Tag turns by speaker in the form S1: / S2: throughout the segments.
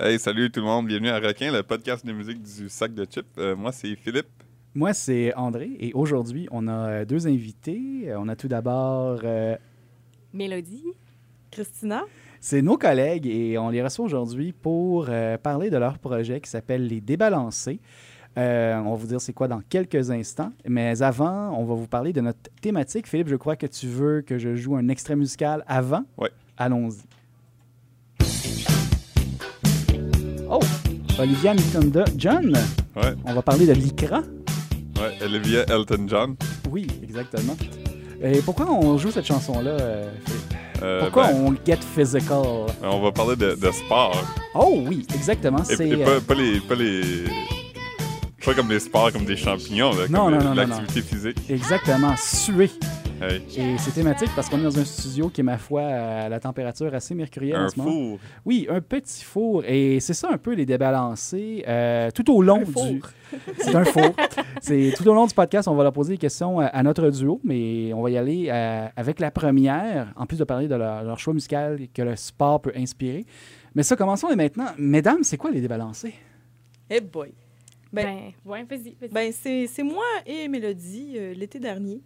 S1: Hey, salut tout le monde, bienvenue à Requin, le podcast de musique du sac de chips. Euh, moi, c'est Philippe.
S2: Moi, c'est André et aujourd'hui, on a euh, deux invités. Euh, On a tout d'abord, euh,
S3: Mélodie, Christina,
S2: c'est nos collègues et on les reçoit aujourd'hui pour euh, parler de leur projet qui s'appelle Les Débalancés. Euh, on va vous dire c'est quoi dans quelques instants, mais avant, on va vous parler de notre thématique. Philippe, je crois que tu veux que je joue un extrait musical avant.
S1: Ouais.
S2: Allons-y. Oh, Olivia Newton John.
S1: Ouais,
S2: On va parler de l'ICRA.
S1: ouais, Olivia Elton John.
S2: Oui, exactement. Et pourquoi on joue cette chanson-là, euh, Philippe?
S1: Euh,
S2: Pourquoi
S1: ben,
S2: on get physical?
S1: on... va parler de, de sport.
S2: Oh oui, exactement.
S1: Et,
S2: C'est
S1: et
S2: euh,
S1: pas, pas les, pas les. Pas comme des sports, comme des champignons, là,
S2: Non,
S1: comme
S2: non,
S1: euh,
S2: non, non,
S1: l'activité physique.
S2: exactement suer.
S1: Hey,
S2: Et c'est thématique parce qu'on est dans un studio qui est, ma foi, à la température assez mercurielle en
S1: un
S2: ce moment.
S1: four.
S2: Oui, un petit four. Et c'est ça un peu les débalancés. euh, tout au long
S3: Un four.
S2: du. C'est un four. C'est tout au long du podcast, on va leur poser des questions à, à notre duo, mais on va y aller euh, avec la première, en plus de parler de leur, leur choix musical que le sport peut inspirer. Mais ça, commençons dès maintenant. Mesdames, c'est quoi les débalancés?
S3: hey boy.
S4: Ben, ouais, vas-y, vas-y.
S3: Ben, c'est c'est moi et Mélodie euh, l'été dernier.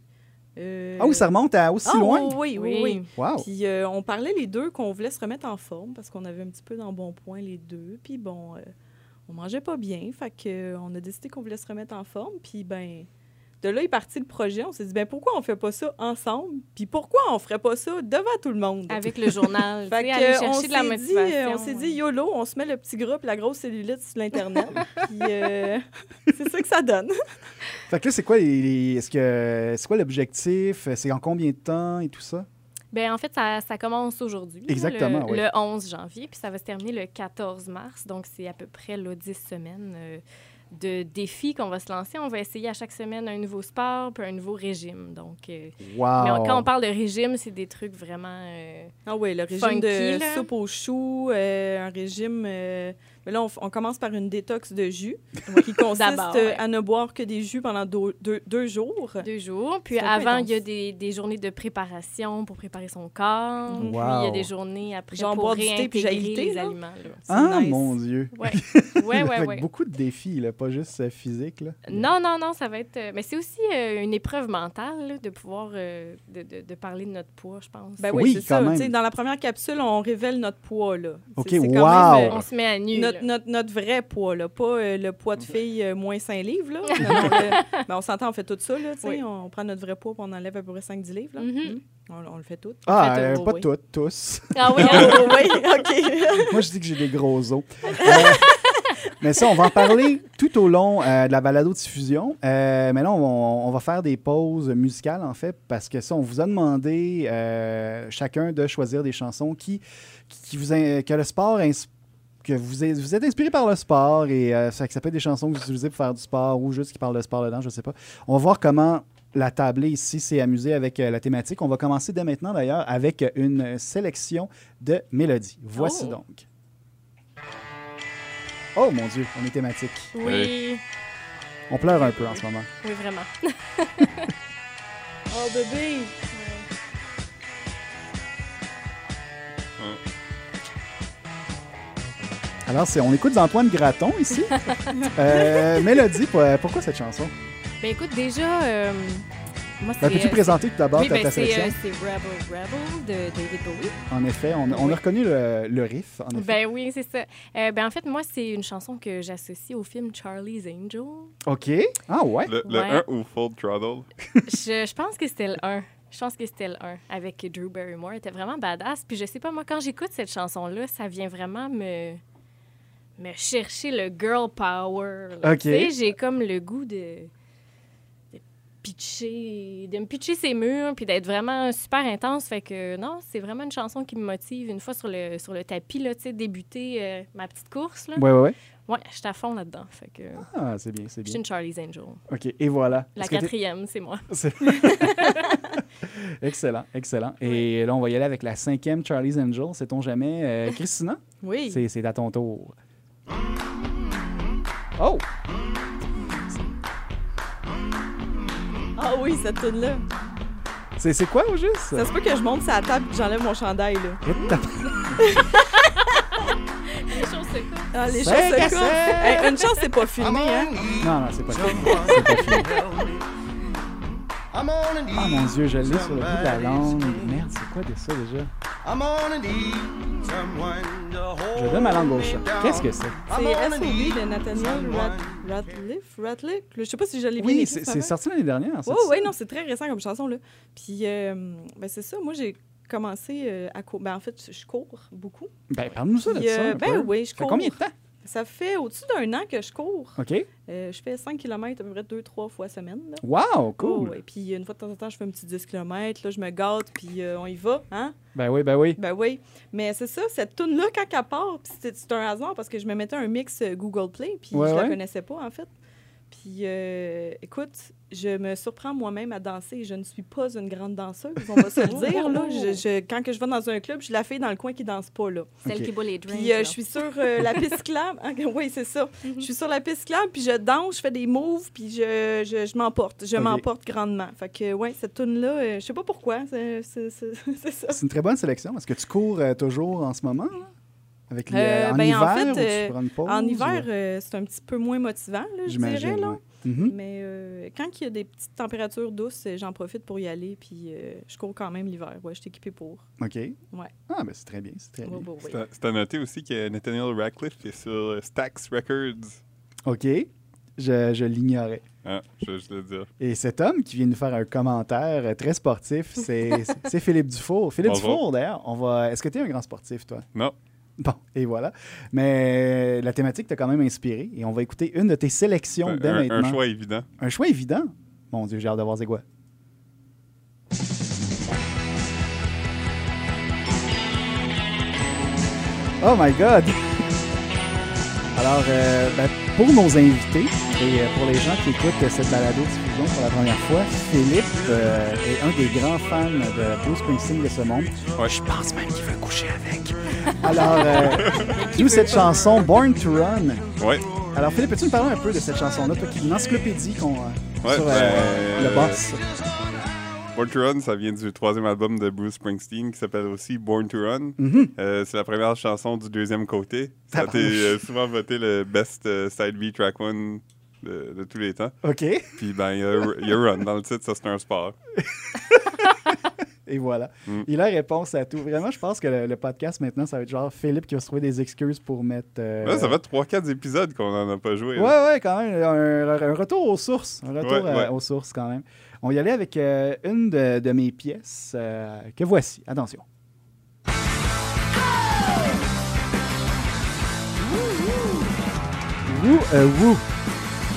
S3: Euh,
S2: Ah oui, ça remonte à aussi
S3: ah,
S2: loin. Oh.
S3: Oui, oui, oui.
S4: Oui.
S2: Wow.
S3: Puis euh, on parlait les deux qu'on voulait se remettre en forme parce qu'on avait un petit peu dans bon point les deux. Puis bon, euh, on mangeait pas bien, fait que euh, on a décidé qu'on voulait se remettre en forme. Puis ben, de là est parti le projet. On s'est dit ben pourquoi on fait pas ça ensemble Puis pourquoi on ferait pas ça devant tout le monde
S4: avec le journal,
S3: Fait
S4: tu sais,
S3: que,
S4: aller
S3: euh, on
S4: chercher de la
S3: s'est dit,
S4: motivation.
S3: euh, on s'est dit YOLO, on se met le petit groupe, la grosse cellulite sur l'internet. puis euh, c'est ça que ça donne.
S2: Fait que là, c'est quoi, les, les- est-ce que, c'est quoi l'objectif? C'est en combien de temps et tout ça?
S4: Ben, en fait, ça, ça commence aujourd'hui. là,
S2: Exactement,
S4: le,
S2: oui.
S4: le 11 janvier, puis ça va se terminer le 14 mars. Donc, c'est à peu près là, 10 semaines euh, de défis qu'on va se lancer. On va essayer à chaque semaine un nouveau sport, puis un nouveau régime. Donc, euh,
S2: Wow.
S4: mais on- quand on parle de régime, c'est des trucs vraiment... euh,
S3: Ah oui, le régime
S4: Funky,
S3: de
S4: là.
S3: soupe aux choux, euh, un régime. euh, mais là, on, f- on commence par une détox de jus qui consiste
S4: D'abord,
S3: euh,
S4: ouais.
S3: à ne boire que des jus pendant deux, deux- deux jours.
S4: Deux jours. Puis
S3: C'est un peu
S4: avant, il y a
S3: intense.
S4: des, des journées de préparation pour préparer son corps.
S3: Mhm.
S4: Puis il y
S2: Wow.
S4: a des journées après
S3: Genre
S4: pour
S3: boire du thé
S4: réintégrer
S3: puis jaillir,
S4: les
S3: là.
S4: aliments. là.
S3: C'est
S2: Ah,
S3: nice.
S2: mon Dieu!
S4: Ouais, ouais, ouais.
S2: Avec
S4: ouais.
S2: beaucoup de défis, là, pas juste euh, physique. Là.
S4: Non, non, non, ça va être. euh, mais c'est aussi euh, une épreuve mentale là, de pouvoir euh, de, de- de parler de notre poids, je pense.
S3: Ben
S2: oui,
S3: oui,
S2: quand
S3: c'est ça.
S2: même.
S3: Tu sais, Dans la première capsule, on révèle notre poids. Là. C'est-
S2: OK,
S3: c'est quand
S2: wow.
S3: même, euh,
S4: on se met à nu. là.
S3: notre, notre- notre vrai poids, là, pas euh, le poids de fille euh, moins 5 livres. Là. Non, non, le- ben, on s'entend, on fait tout ça. Là, tu sais,
S4: Oui.
S3: On prend notre vrai poids puis on enlève à peu près 5-10 livres. là.
S4: Mhm.
S3: On, on le fait tout.
S2: Ah,
S4: fait,
S2: euh,
S4: oh,
S2: pas
S4: oui.
S2: toutes, tous.
S4: Ah oui, hein?
S3: Oh, oui, OK.
S2: Moi, je dis que j'ai des gros os. Euh, mais ça, on va en parler tout au long euh, de la balado-diffusion. Euh, mais là, on, on va faire des pauses musicales, en fait, parce que ça, on vous a demandé euh, chacun de choisir des chansons qui, qui vous, in- que le sport ins- que vous, êtes- vous êtes inspiré par le sport et euh, ça, fait que ça peut être des chansons que vous utilisez pour faire du sport ou juste qui parlent de sport dedans, je sais pas. On va voir comment la tablée ici s'est amusée avec euh, la thématique. On va commencer dès maintenant d'ailleurs avec euh, une sélection de mélodies. Voici
S4: Oh.
S2: donc. Oh mon dieu, on est thématique.
S4: oui,
S2: On pleure un peu en ce moment.
S4: oui, vraiment.
S3: oh, bébé.
S2: Alors, c'est, on écoute d'Antoine Graton ici. Euh, Mélodie, pour- euh, pourquoi cette chanson?
S4: Ben écoute, déjà, euh, moi c'est.
S2: Ben, peux-tu
S4: euh,
S2: présenter tout d'abord
S4: oui,
S2: ta,
S4: ben,
S2: ta
S4: c'est
S2: sélection?
S4: euh, c'est Rebel Rebel de David Bowie.
S2: En effet, on, on
S4: oui.
S2: a reconnu le, le riff. En effet.
S4: Ben oui, c'est ça. Euh, ben en fait, moi c'est une chanson que j'associe au film Charlie's Angel.
S2: OK. Ah ouais.
S1: Le, le
S4: Ouais.
S1: 1 ou Full Throttle.
S4: je, je pense que c'était le 1. Je pense que c'était le 1 avec Drew Barrymore. Elle était vraiment badass. Puis je sais pas, moi, quand j'écoute cette chanson-là, ça vient vraiment me, me chercher le girl power. là.
S2: OK.
S4: Tu sais, j'ai comme le goût de, de pitcher, de me pitcher ses murs, puis d'être vraiment super intense. Fait que non, c'est vraiment une chanson qui me motive. Une fois sur le, sur le tapis, là, tu sais, débuter euh, ma petite course,
S3: Ben.
S4: là.
S2: Ouais, ouais, ouais.
S4: Ouais, je suis à fond là-dedans. Fait que
S2: Ah, c'est bien, c'est
S4: je suis
S2: bien.
S4: une Charlie's Angel.
S2: OK, et voilà.
S4: La
S2: Est-ce que t'es-
S4: quatrième, c'est moi.
S2: C'est- excellent, excellent. Et là, on va y aller avec la cinquième Charlie's Angel, sait-on jamais. Euh, Christina,
S3: Oui.
S2: c'est c'est à ton tour. Oh!
S3: Ah oui, cette tune-là.
S2: C'est c'est quoi au juste?
S3: Ça se peut que je monte sur la table et que j'enlève mon chandail. Là.
S2: Et ta-
S4: Les chaussettes.
S3: Ah, les
S2: Cinq
S3: choses
S2: à
S3: se coupent.
S2: sept.
S3: Hey, une chance, c'est pas filmé, hein?
S2: Non, non, c'est pas ça.
S5: I'm on a knee.
S2: Ah mon dieu, je l'ai sur le bout de la langue. Merde, c'est quoi de ça déjà?
S5: I'm on a knee. Someone to hold
S3: Oh,
S2: Je donne ma langue au chat.
S5: me down.
S2: Qu'est-ce que c'est?
S5: I'm
S3: C'est
S5: on a knee.
S3: S.O.B. de Nathaniel
S5: Someone
S3: Rat- Ratliff. Ratliff? Je sais pas si je l'ai bien
S2: Oui,
S3: écrit,
S2: c'est
S3: ce
S2: c'est
S3: matin.
S2: sorti l'année dernière. ça,
S3: Oui,
S2: tu-
S3: oui, Oh, non, c'est très récent comme chanson, là. Puis, euh, ben, c'est ça, moi, j'ai commencé euh, à courir. Ben, en fait, je cours beaucoup.
S2: Ben, parle-nous ça de
S3: Puis,
S2: ça.
S3: euh,
S2: un
S3: ben
S2: peu.
S3: oui, je
S2: Ça fait
S3: cours.
S2: combien de temps?
S3: Ça fait au-dessus d'un an que je cours.
S2: OK.
S3: Euh, je fais 5 km à peu près 2-3 fois semaine. là.
S2: Wow, cool.
S3: Oh, et puis, une fois de temps en temps, je fais un petit 10 km, là, je me gâte, puis euh, on y va, hein?
S2: Ben oui, ben oui.
S3: Ben oui. Mais c'est ça, cette tune là quand elle part, puis c'est c'est un hasard parce que je me mettais un mix euh, Google Play, puis
S2: Ouais,
S3: je
S2: ouais.
S3: la connaissais pas, en fait. Puis, euh, écoute, je me surprends moi-même à danser. Je ne suis pas une grande danseuse, on va se le dire. Là. Je- je- quand que je vais dans un club, je la fais dans le coin qui danse pas, là.
S4: Celle
S2: Ok.
S4: qui boit les drinks.
S3: Puis euh,
S4: là.
S3: je suis sur euh, la piste cyclable. Ah, oui, c'est ça. Je suis sur la piste cyclable, puis je danse, je fais des moves, puis je, je, je m'emporte. Je
S2: Ok.
S3: m'emporte grandement. Fait que, ouais, cette tune-là, euh, je sais pas pourquoi. C'est c'est- c'est- c'est ça.
S2: C'est une très bonne sélection. Est-ce que tu cours euh, toujours en ce moment? là? Avec les,
S3: Euh,
S2: en
S3: ben,
S2: hiver
S3: en fait,
S2: ou tu
S3: euh,
S2: prends une pause?
S3: En hiver,
S2: ou-
S3: euh, c'est un petit peu moins motivant, là, je
S2: j'imagine.
S3: dirais. Là.
S2: ouais.
S4: Hmm.
S2: Mhm.
S3: Mais euh, quand il y a des petites températures douces, euh, j'en profite pour y aller, puis euh, je cours quand même l'hiver. Ouais, je suis équipée pour.
S2: OK. Ah, ben c'est très bien, c'est très
S3: Ouais,
S2: bien.
S3: ouais, ouais.
S1: C'est à- c'est à noter aussi que Nathaniel Radcliffe est sur euh, Stax Records.
S2: OK. Je, je l'ignorais.
S1: Ah, je vais juste le dire.
S2: Et cet homme qui vient nous faire un commentaire euh, très sportif, c'est c'est Philippe Dufour. Philippe
S1: Bonjour.
S2: Dufour, d'ailleurs, on va. Est-ce que tu es un grand sportif, toi?
S1: Non.
S2: Bon, et voilà. Mais euh, la thématique t'a quand même inspiré et on va écouter une de tes sélections
S1: Un,
S2: dès
S1: un- un
S2: maintenant.
S1: choix évident.
S2: Un choix évident. Mon Dieu, j'ai hâte de voir c'est quoi. Oh my God! Alors, euh, ben, pour nos invités et euh, pour les gens qui écoutent euh, cette balado diffusion pour la première fois, Philippe euh, est un des grands fans de Bruce Springsteen de ce monde.
S1: Ouais.
S2: Je pense même qu'il veut coucher avec. Alors, euh, d'où cette chanson Born to Run
S1: Ouais.
S2: alors, Philippe, peux-tu nous parler un peu de cette chanson-là, toi qui es une encyclopédie qu'on, euh,
S1: Ouais,
S2: sur euh,
S1: ben,
S2: le boss?
S1: Born to Run, ça vient du troisième album de Bruce Springsteen qui s'appelle aussi Born to Run.
S2: Mhm.
S1: Euh, c'est la première chanson du deuxième côté. Ça a été
S2: Tabarnouche.
S1: euh, souvent voté le best euh, side B track one de, de tous les temps.
S2: OK.
S1: Puis ben, il y, a- il y a Run dans le titre, ça c'est un sport.
S2: Et voilà.
S1: Mm.
S2: Il a réponse à tout. Vraiment, je pense que le, le podcast maintenant, ça va être genre Philippe qui va se trouver des excuses pour mettre. euh,
S1: Là, ça fait 3-4 épisodes qu'on en a pas joué.
S2: Ouais,
S1: là.
S2: ouais, quand même. Un, un retour aux sources. Un retour
S1: Ouais,
S2: euh,
S1: ouais.
S2: aux sources, quand même. On y allait avec euh, une de, de mes pièces euh, que voici. Attention. Woo, euh, woo.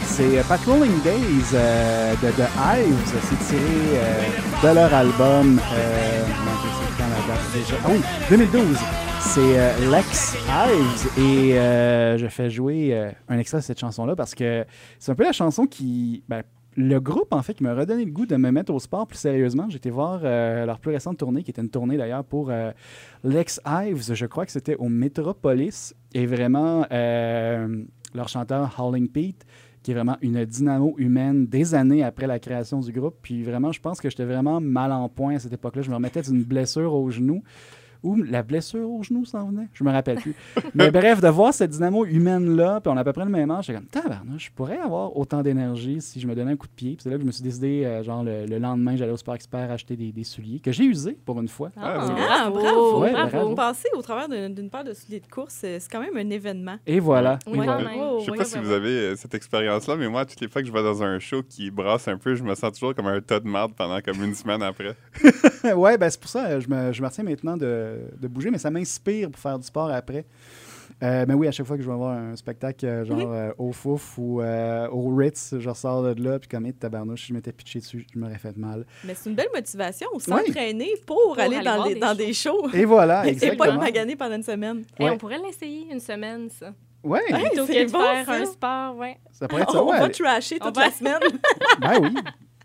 S2: C'est euh, Patrolling Days euh, de, de Hives. C'est tiré euh, de leur album. euh, mon Dieu, c'est quand la date déjà? Ah oui, 2012. C'est euh, Lex Hives. Et euh, je fais jouer euh, un extrait de cette chanson-là parce que c'est un peu la chanson qui. ben, le groupe, en fait, qui m'a redonné le goût de me mettre au sport plus sérieusement. J'étais voir euh, leur plus récente tournée, qui était une tournée d'ailleurs pour euh, Lex Ives. Je crois que c'était au Metropolis. Et vraiment, euh, leur chanteur Howling Pete, qui est vraiment une dynamo humaine des années après la création du groupe. Puis vraiment, je pense que j'étais vraiment mal en point à cette époque-là. Je me remettais d'une blessure au genou. Ou la blessure au genou s'en venait, je me rappelle plus. Mais bref, de voir cette dynamo humaine-là, puis on a à peu près le même âge, j'étais comme, tabarnouche, je pourrais avoir autant d'énergie si je me donnais un coup de pied. Puis c'est là que je me suis décidé, euh, genre, le, le lendemain, j'allais au Sport Expert acheter des, des souliers, que j'ai usés pour une fois.
S1: Ah, c'est
S4: Ah, bravo,
S2: Ouais,
S4: bravo.
S2: bravo.
S3: Passer au travers d'une d'une paire de souliers de course, euh, c'est quand même un événement.
S2: Et voilà.
S4: Oui,
S2: Et
S4: quand
S2: voilà.
S4: même.
S3: Oh,
S1: Je sais
S3: ouais,
S1: pas si
S3: ouais,
S1: vous
S3: ouais.
S1: avez euh, cette expérience-là, mais moi, toutes les fois que je vais dans un show qui brasse un peu, je me sens toujours comme un tas de marde pendant comme une semaine après.
S2: ouais, ben c'est pour ça, euh, je me, je me retiens maintenant de, de bouger, mais ça m'inspire pour faire du sport après. Euh, ben oui, à chaque fois que je vais voir un spectacle euh, genre
S3: Mhm.
S2: euh, au Fouf ou euh, au Ritz, je ressors de là, puis comme, hé, tabarnouche, si je m'étais pitché dessus, je m'aurais fait mal.
S3: Mais c'est une belle motivation, s'entraîner pour, aller,
S4: aller
S3: dans,
S4: voir
S3: les,
S4: des
S3: dans des shows.
S2: Et voilà,
S3: Et pas
S2: exactement.
S3: être magané pendant une semaine.
S4: Hey,
S2: Ouais.
S4: on pourrait l'essayer une semaine, ça.
S2: Ouais,
S4: Plutôt
S3: c'est
S4: que de
S3: bon,
S4: faire
S3: ça.
S4: un sport, ouais.
S2: ça pourrait être
S3: on
S2: ça.
S3: on
S2: Ouais,
S3: va
S2: allez.
S3: trasher
S4: On
S3: toute
S4: va-
S3: la semaine.
S2: Ben oui,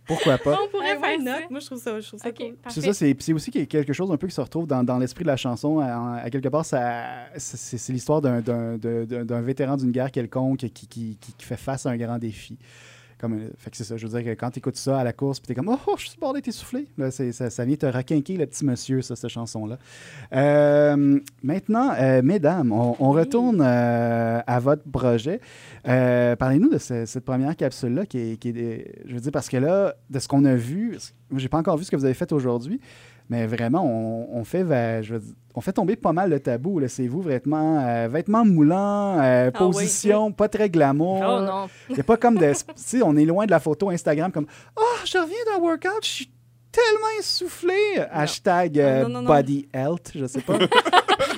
S2: pourquoi pas.
S4: On pourrait
S3: Hey, why
S4: faire
S3: not? Moi, je trouve ça, je trouve
S4: ça.
S3: ça
S4: OK,
S3: cool.
S2: C'est
S4: parfait.
S2: ça, c'est puis c'est aussi qu'il- quelque chose un peu qui se retrouve dans, dans l'esprit de la chanson. À, à quelque part, ça- c'est c'est l'histoire d'un- d'un d'un- d'un- d'un vétéran d'une guerre quelconque qui, qui- qui- qui fait face à un grand défi. Comme, euh, fait que c'est ça, je veux dire que quand tu écoutes ça à la course, puis t'es comme, oh, je suis bordé, t'es soufflé. Là, c'est- ça, ça vient te requinquer, le petit monsieur, ça, cette chanson-là. Euh, maintenant, euh, mesdames, on, on
S4: Oui.
S2: retourne euh, à votre projet. Euh, Parlez-nous de ce- cette première capsule-là, qui est, qui est- euh, je veux dire, parce que là, de ce qu'on a vu, moi, j'ai pas encore vu ce que vous avez fait aujourd'hui, mais vraiment, on, on fait, va- je veux dire, on fait tomber pas mal le tabou. là. C'est vous, vêtements, euh, vêtements moulants, euh,
S3: Ah oui.
S2: position, pas très glamour.
S4: Oh non.
S2: Il n'y a pas comme de. tu sais, on est loin de la photo Instagram comme Ah, je reviens d'un workout, je suis tellement essoufflé. Hashtag euh,
S3: Ah, Non, non, non.
S2: body health, je sais pas.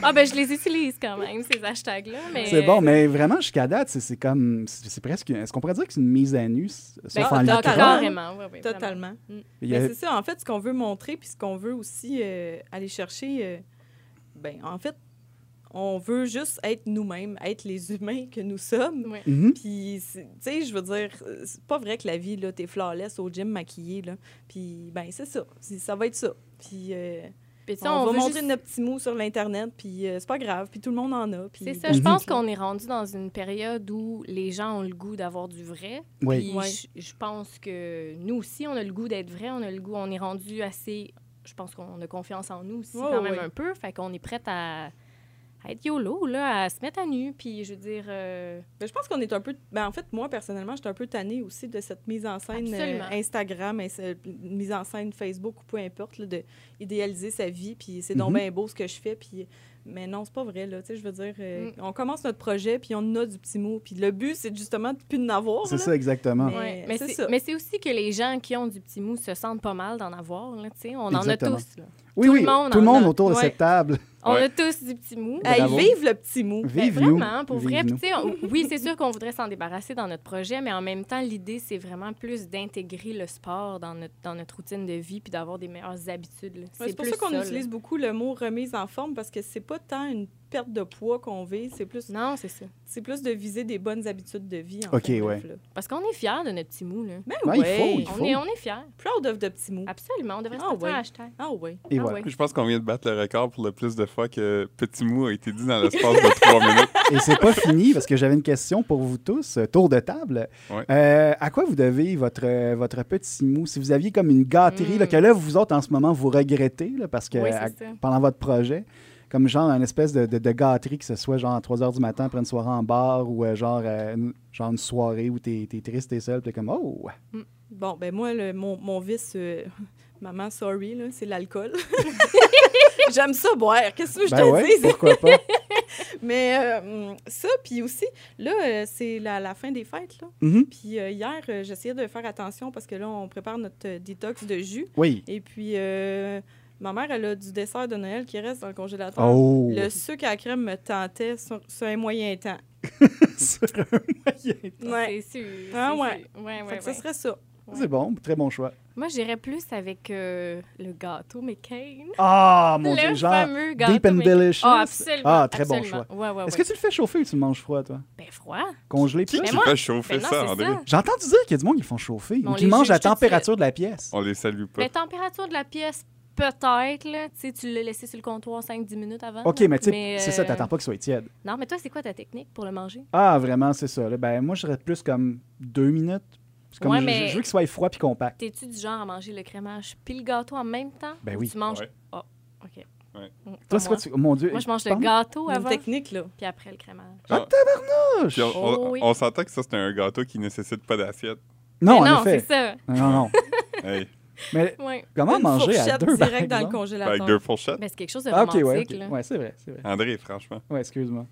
S4: Ah ben je les utilise quand même, ces hashtags-là. mais- ben,
S2: c'est bon, mais vraiment, jusqu'à date, c'est- c'est comme. C'est c'est presque. Est-ce qu'on pourrait dire que c'est une mise à nu, s-
S4: Ben,
S2: sauf en
S3: totalement.
S2: littéral?
S4: carrément, oui, oui, vraiment.
S3: Totalement.
S2: Il y a-
S3: Mais Ben, c'est ça, en fait, ce qu'on veut montrer, puis ce qu'on veut aussi euh, aller chercher, euh, ben, en fait, on veut juste être nous-mêmes, être les humains que nous sommes.
S4: Ouais.
S2: Mhm.
S3: Puis, c'est- tu sais, je veux dire, euh, c'est pas vrai que la vie, là, t'es flawless au gym maquillée, là. Puis, ben, c'est ça. C'est- Ça va être ça. Puis, euh,
S4: Puis, tu sais,
S3: on, va
S4: veut
S3: montrer
S4: juste-
S3: nos petits mots sur l'Internet, puis euh, c'est pas grave, puis tout le monde en a. Puis, ben,
S4: C'est ça, je
S2: Mhm.
S4: pense qu'on est rendu dans une période où les gens ont le goût d'avoir du vrai.
S2: Oui.
S4: Puis
S3: Ouais.
S4: je- je pense que nous aussi, on a le goût d'être vrai, on a le goût, on est rendu assez, je pense qu'on a confiance en nous aussi
S3: Ouais,
S4: quand même
S3: ouais.
S4: un peu, fait qu'on est prête à, à être YOLO, là, à se mettre à nu, puis je veux dire, euh,
S3: Ben, je pense qu'on est un peu. Ben, en fait, moi, personnellement, j'étais un peu tannée aussi de cette mise en scène euh,
S4: Absolument.
S3: Instagram, ins- euh, mise en scène Facebook ou peu importe, là, de idéaliser sa vie, puis c'est donc
S2: Mhm.
S3: bien beau ce que je fais, puis. Mais non, c'est pas vrai, là. Tu sais, je veux dire, euh,
S4: Mm.
S3: on commence notre projet, puis on en a du petit mot. Puis le but, c'est justement de plus en avoir.
S2: C'est
S3: là.
S2: ça, exactement.
S3: Mais
S4: ouais.
S3: c'est
S4: c'est-
S3: ça.
S4: mais c'est aussi que les gens qui ont du petit mou se sentent pas mal d'en avoir, là, tu sais, on
S2: Exactement.
S4: en a tous, là.
S2: oui,
S4: tout
S2: oui,
S4: le monde
S2: tout le
S4: en
S2: monde
S4: a.
S2: autour de
S3: Ouais. Ben,
S2: cette table.
S4: On
S1: Ouais.
S4: a tous du petit mou.
S3: Hey,
S2: Bravo.
S3: vive le petit mot!
S4: Ben,
S2: Vive nous.
S4: vraiment, pour vrai.
S2: Vive nous.
S4: Puis, tu sais, on- oui, c'est sûr qu'on voudrait s'en débarrasser dans notre projet, mais en même temps, l'idée, c'est vraiment plus d'intégrer le sport dans notre, dans notre routine de vie puis d'avoir des meilleures habitudes. là.
S3: Ouais, C'est pour
S4: plus
S3: ça qu'on
S4: là.
S3: utilise beaucoup le mot remise en forme, parce que c'est pas tant une perte de poids qu'on vise, c'est plus,
S4: Non, c'est ça.
S3: c'est plus de viser des bonnes habitudes de vie. En
S2: OK,
S3: fait,
S2: ouais.
S3: bref, là.
S4: Parce qu'on est fiers de notre petit mou. Là.
S3: Ben
S2: Ouais, il faut,
S3: ouais.
S2: il
S4: On, est, on est fiers.
S3: Proud of the petit mot.
S4: Absolument. On devrait
S3: Ah
S4: se
S3: ouais.
S4: faire un hashtag.
S3: Ah ouais.
S2: Et
S4: Ah
S2: voilà.
S4: ouais.
S1: Je pense qu'on vient de battre le record pour le plus de fois que Petit Mou a été dit dans l'espace de trois minutes.
S2: Et c'est pas fini parce que j'avais une question pour vous tous, euh, tour de table.
S1: Ouais.
S2: Euh, à quoi vous devez votre, euh, votre petit mou Si vous aviez comme une gâterie,
S4: Mm.
S2: là, que là, vous autres en ce moment, vous regrettez là, parce que
S4: Oui, c'est
S2: à-
S4: ça.
S2: pendant votre projet, comme genre une espèce de, de, de gâterie, que ce soit genre à 3 h du matin après une soirée en bar ou euh, genre, euh, une, genre une soirée où t'es es triste, t'es seul, puis t'es comme oh
S3: Bon, ben moi, le- mon, mon vice, euh, maman, sorry, là, c'est l'alcool. J'aime ça boire, qu'est-ce que je
S2: ben
S3: te
S2: ouais,
S3: dis?
S2: pourquoi pas
S3: Mais euh, hum, ça, puis aussi, là, euh, c'est la, la fin des fêtes, là.
S2: Mhm.
S3: Puis euh, hier, euh, j'essayais de faire attention parce que là, on prépare notre euh, détox de jus.
S2: Oui.
S3: Et puis, euh, ma mère, elle a du dessert de Noël qui reste dans le congélateur.
S4: Ah,
S2: Oh
S3: Le sucre à la crème me tentait sur, sur un moyen temps.
S2: Sur un moyen.
S3: Ouais.
S4: C'est sûr.
S3: Ah
S4: c'est
S3: ouais.
S4: sûr. Ouais, ouais,
S3: Fait que
S4: ouais.
S3: ça serait ça.
S2: C'est bon, très bon choix.
S4: Moi, j'irais plus avec euh, le gâteau McCain.
S2: Ah mon
S4: le
S2: dieu, genre
S4: fameux gâteau
S2: deep and
S4: McCain.
S2: delicious.
S4: Ah, absolument.
S2: Ah, très bon
S4: absolument.
S2: choix.
S4: Ouais, ouais,
S2: Est-ce
S4: ouais.
S2: que tu le fais chauffer ou tu le manges froid toi
S4: Ben froid.
S2: Congelé
S1: Qui
S2: puis
S4: Mais
S1: qui
S4: moi-
S1: fait chauffer
S4: Ben non,
S1: ça,
S4: c'est
S1: André?
S4: ça.
S2: J'ai entendu dire qu'il y a du monde qui font chauffer
S4: Mais on
S2: ou qui
S4: les
S2: mange
S4: juge
S2: à la
S4: tout de
S2: température de la pièce.
S1: On les salue pas.
S4: Mais température de la pièce, peut-être, là. Tu sais, tu l'as laissé sur le comptoir 5-10 minutes avant.
S2: OK,
S4: là.
S2: mais tu sais, c'est ça,
S4: euh,
S2: t'attends pas que ce soit tiède.
S4: Non, mais toi, c'est quoi ta technique pour le manger?
S2: Ah, vraiment, c'est ça. là. Ben, moi, je serais plus comme deux minutes. C'est comme
S4: Ouais,
S2: je- je,
S4: mais-
S2: je veux qu'il soit froid puis compact.
S4: T'es-tu du genre à manger le crémage puis le gâteau en même temps?
S2: Ben
S4: Ou
S2: oui.
S4: Tu manges...
S1: Ouais.
S4: Oh, OK.
S1: Ouais.
S4: Mm, pas
S2: Toi, c'est quoi
S4: moi.
S2: tu- Mon Dieu.
S4: Moi, je mange le
S2: pardon?
S4: gâteau
S3: Une
S4: avant,
S3: technique, là.
S4: puis après le crémage.
S2: Ah,
S1: Puis
S2: je-
S1: on, on-
S4: Oh oui.
S1: on s'entend que ça, c'est un gâteau qui nécessite pas d'assiette.
S2: Non,
S4: Mais
S2: en
S4: non, c'est
S2: effet.
S4: ça.
S2: Non, non, non.
S1: Hey,
S2: Mais
S4: Ouais.
S2: comment
S3: Une
S2: manger à
S3: fourchette
S2: deux par
S3: direct dans le
S2: exemple?
S1: avec
S3: congélateur.
S1: deux fourchettes.
S4: Ben, c'est quelque chose de
S2: Ah,
S4: romantique,
S2: OK, ouais. ok.
S4: là.
S2: Ouais, c'est vrai, c'est vrai.
S4: Ben,
S1: André, franchement.
S2: Ouais, excuse-moi.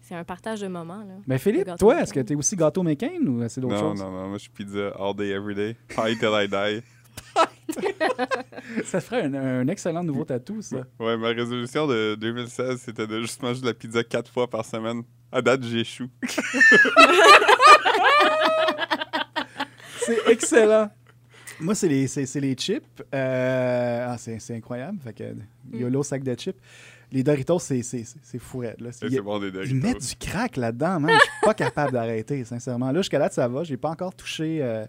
S4: C'est un partage de moments, là.
S2: Mais
S4: Le
S2: Philippe,
S4: gâteau
S2: toi,
S4: McCain.
S2: est-ce que t'es aussi gâteau mécain ou c'est d'autres
S1: Non,
S2: choses?
S1: non, non, moi je suis pizza all day, every day. High till I die.
S2: Ça ferait un, un excellent nouveau tatou, ça.
S1: Ouais, ma résolution de 2016, c'était de juste manger de la pizza quatre fois par semaine. À date, j'échoue.
S2: C'est excellent. Moi, c'est les, c'est, c'est les chips. Euh, ah, c'est, c'est incroyable. Fait que
S3: Mm.
S2: YOLO sac de chips. Les Doritos, c'est, c'est, c'est, c'est fou raide, là.
S1: Et
S2: Il y a-
S1: C'est bon des
S2: Ils mettent
S1: Doritos.
S2: du crack là-dedans, man. Je suis pas capable d'arrêter, sincèrement. Là, jusqu'à là, ça va. J'ai pas encore touché euh,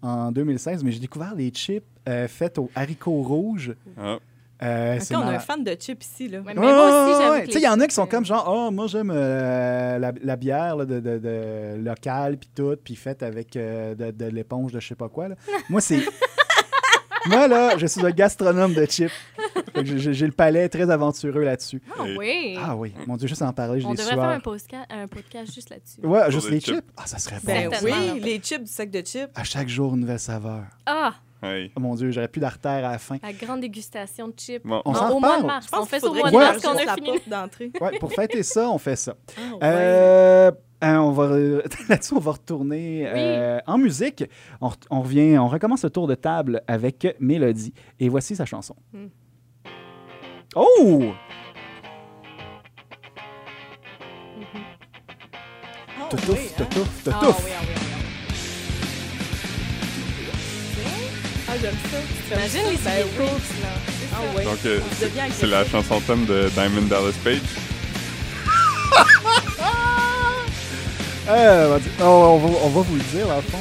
S2: en 2016, mais j'ai découvert les chips euh, faits aux haricots rouges.
S1: Ah,
S2: Euh,
S3: Parce
S2: c'est
S3: qu'on a
S2: malade.
S3: un fan de Chip ici, là.
S4: Ouais, mais moi
S2: Ouais,
S4: aussi,
S2: ouais,
S4: j'avoue
S2: ouais.
S4: que
S2: Tu sais,
S4: les
S2: il y en a qui sont
S4: chips,
S2: comme genre, ah, moi, j'aime euh, la, la bière là, de, de, de locale, puis tout, puis faite avec euh, de, de l'éponge de je sais pas quoi. là. Moi, c'est. moi, là, je suis un gastronome de chips. Fait que J'ai j'ai le palais très aventureux là-dessus.
S4: Ah oui!
S2: Ah oui, mon Dieu, juste en parler, je
S4: On
S2: les
S4: devrait faire un
S2: sueur.
S4: podcast, un podcast juste là-dessus.
S2: Ouais, juste
S1: des
S2: les
S1: chips.
S2: chips. Ah, ça serait bon.
S3: Ben
S2: ça.
S4: Certainement.
S3: oui, les chips du sac de chips.
S2: À chaque jour, une nouvelle saveur.
S4: Ah!
S1: Hey.
S2: Oh, mon Dieu, j'aurais plus d'artère à la fin.
S4: La grande dégustation de chips.
S1: Bon,
S2: On
S4: Non,
S2: s'en
S4: au mois de
S2: reparle.
S4: mars.
S3: Je
S4: On
S3: pense
S4: fait
S3: qu'il
S4: ça au
S3: faudrait
S4: mois de
S3: qu'on
S4: mars qu'on a
S3: enregistre la
S4: fini.
S3: porte d'entrée.
S2: Ouais, pour fêter ça, on fait ça.
S3: Ah, ouais.
S2: Euh, hein, on va re- là-dessus, on va retourner euh, en musique. On, re- on revient, on recommence le tour de table avec Mélodie. Et voici sa chanson.
S4: Hmm.
S2: Oh!
S3: Ah,
S2: Toutouf,
S3: oui, hein?
S2: toutouf,
S4: Ah
S2: toutouf.
S4: oui, ah oui, ah
S3: Ah, j'aime ça. Tu fais
S4: oui. Imagine
S3: ça,
S4: les
S3: ben
S4: idées
S3: oui.
S4: de courses, là. C'est
S3: Ah
S4: ça.
S3: oui.
S1: donc, euh,
S3: On
S1: c'est-
S3: devient
S1: c'est la
S3: agressif.
S1: chanson thème de Diamond Dallas Page.
S2: Euh, on, va dire- oh, on va, on va vous le dire, dans le fond.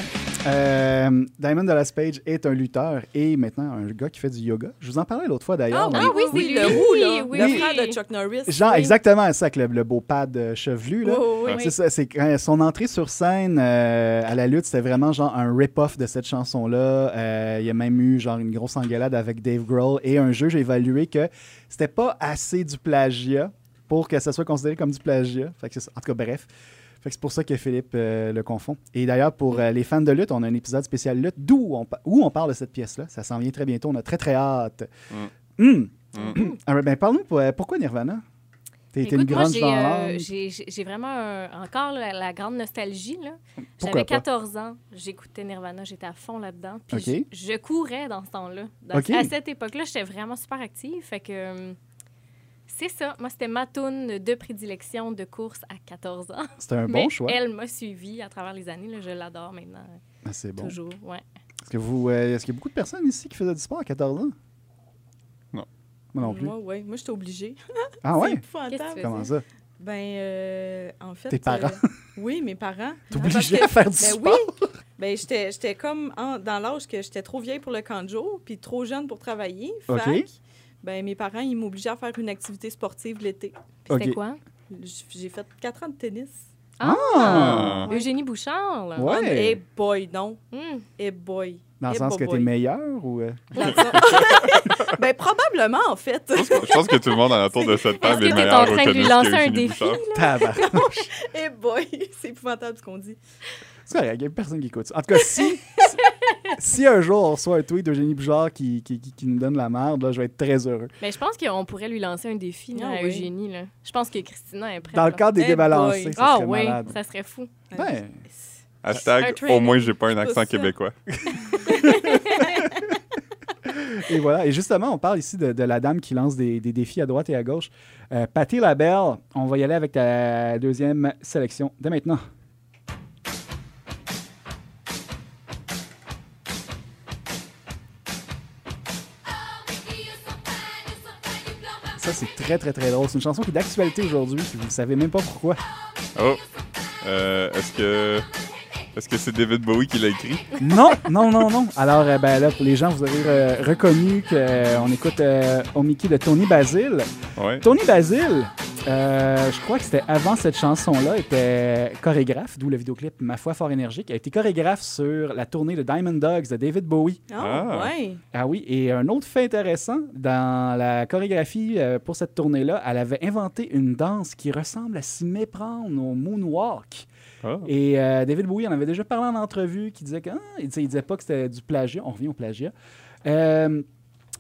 S2: Euh, Diamond Dallas Page est un lutteur et maintenant un gars qui fait du yoga. Je vous en parlais l'autre fois d'ailleurs.
S4: Ah
S2: mais-
S4: oui, c'est
S3: oui,
S4: lui.
S3: le roux, là.
S4: Oui,
S3: le
S4: oui.
S3: frère de Chuck Norris.
S2: Genre,
S3: Oui.
S2: exactement ça, avec le, le beau pad euh, chevelu. Là.
S4: Oh,
S3: Oui, oui, oui.
S2: C'est ça, c'est quand- son entrée sur scène euh, à la lutte, c'était vraiment genre un rip-off de cette chanson-là. Euh, il y a même eu genre une grosse engueulade avec Dave Grohl et un juge a évalué que c'était pas assez du plagiat pour que ça soit considéré comme du plagiat. Fait que c'est ça. en tout cas, bref. Fait que c'est pour ça que Philippe euh, le confond. Et d'ailleurs,
S4: Mm.
S2: pour euh, les fans de lutte, on a un épisode spécial lutte d'où on, pa- où on parle de cette pièce-là. Ça s'en vient très bientôt. On a très, très hâte.
S4: Mm.
S2: Hum. Ah ouais, ben, parle-nous, pour- euh, pourquoi Nirvana? T'es t'es une
S4: Écoute, moi,
S2: grande
S4: j'ai,
S2: dans
S4: euh,
S2: l'âme.
S4: j'ai- j'ai- j'ai vraiment un- encore la, la grande nostalgie. Là.
S2: Pourquoi
S4: J'avais
S2: pas?
S4: 14 ans, j'écoutais Nirvana, j'étais à fond là-dedans. Puis
S2: OK.
S4: je, je courais dans ce temps-là. Dans-
S2: OK.
S4: À cette époque-là, j'étais vraiment super active. Fait que euh, c'est ça. Moi, c'était ma toune de prédilection de course à 14 ans.
S2: C'était un
S4: Mais
S2: bon choix.
S4: Elle m'a suivie à travers les années. là. je l'adore maintenant,
S2: Ah, c'est bon.
S4: toujours. Ouais.
S2: Est-ce que vous, euh, est-ce qu'il y a beaucoup de personnes ici qui faisaient du sport à 14 ans?
S1: Non.
S2: Moi non plus.
S3: Moi, ouais. Moi, j'étais obligée.
S2: Ah
S3: C'est
S2: ouais?
S3: épouvantable.
S4: Qu'est-ce que tu
S2: Comment ça?
S3: Ben, euh, en fait.
S2: Tes parents.
S3: euh, oui, mes parents.
S2: T'es
S3: Parce
S2: obligé
S3: que-
S2: à faire du
S3: Ben
S2: sport?
S3: oui. Ben, j'étais j'étais comme en- dans l'âge que j'étais trop vieille pour le canjo, puis trop jeune pour travailler. Fac,
S2: OK.
S3: ben, mes parents, ils m'obligeaient à faire une activité sportive l'été.
S4: Puis c'était
S2: OK.
S4: quoi?
S3: J- J'ai fait quatre ans de tennis.
S2: Ah!
S3: Ouais.
S4: Eugénie Bouchard. là.
S2: Ouais.
S3: Ah, mais hey boy, non.
S4: Hum.
S3: Hey boy.
S2: Dans le
S3: Eh,
S2: sens que t'es
S3: boboy.
S2: meilleur ou... euh?
S3: Dans le sens- ben, probablement, en fait.
S1: Je pense que tout le monde à la tour de cette
S4: Est-ce
S1: table
S4: que
S1: est,
S4: t'es
S1: meilleur
S4: en train de lui
S1: au tennis
S4: lancer
S1: que
S4: un
S1: Eugénie
S4: défi,
S1: Bouchard.
S2: Tabarnak.
S3: Eh boy, c'est épouvantable ce qu'on dit.
S2: C'est correct, il n'y a personne qui écoute ça. En tout cas, si, si un jour on reçoit un tweet d'Eugénie Bouchard qui, qui, qui, qui nous donne la merde, là, je vais être très heureux.
S4: Mais Ben, je pense qu'on pourrait lui lancer un défi là,
S3: Ah
S4: à
S3: oui.
S4: Eugénie. Là. Je pense que Christina est prête.
S2: Dans le
S4: là.
S2: cadre des
S3: Eh
S2: débalancés,
S3: boy.
S2: ça
S4: Ah
S2: serait
S4: oui,
S2: malade.
S4: ça serait fou.
S2: Ben,
S1: Hashtag,
S4: trade.
S1: au moins, j'ai pas un
S3: C'est
S1: accent
S3: ça.
S1: québécois.
S2: Et voilà. Et justement, on parle ici de, de la dame qui lance des, des défis à droite et à gauche. Euh, Patty Labelle, on va y aller avec ta deuxième sélection dès maintenant. Ça, c'est très, très, très drôle. C'est une chanson qui est d'actualité aujourd'hui, puis vous ne savez même pas pourquoi.
S1: Oh! Euh, est-ce que. Est-ce que c'est David Bowie qui l'a écrit?
S2: Non, non, non, non. Alors, euh, ben, là, pour les gens, vous avez euh, reconnu qu'on écoute euh, Omiki de Tony Basile.
S1: Ouais.
S2: Tony Basile, euh, je crois que c'était avant cette chanson-là, était chorégraphe, d'où le vidéoclip, ma foi, fort énergique. Elle était chorégraphe sur la tournée de Diamond Dogs de David Bowie.
S3: Ah,
S1: Ah.
S3: ouais.
S2: Ah oui, et un autre fait intéressant, dans la chorégraphie euh, pour cette tournée-là, elle avait inventé une danse qui ressemble à s'y méprendre au moonwalk.
S1: Oh.
S2: Et euh, David Bowie en avait déjà parlé en entrevue, qui disait que, ah, il, disait, il disait pas que c'était du plagiat, on revient au plagiat, Euh,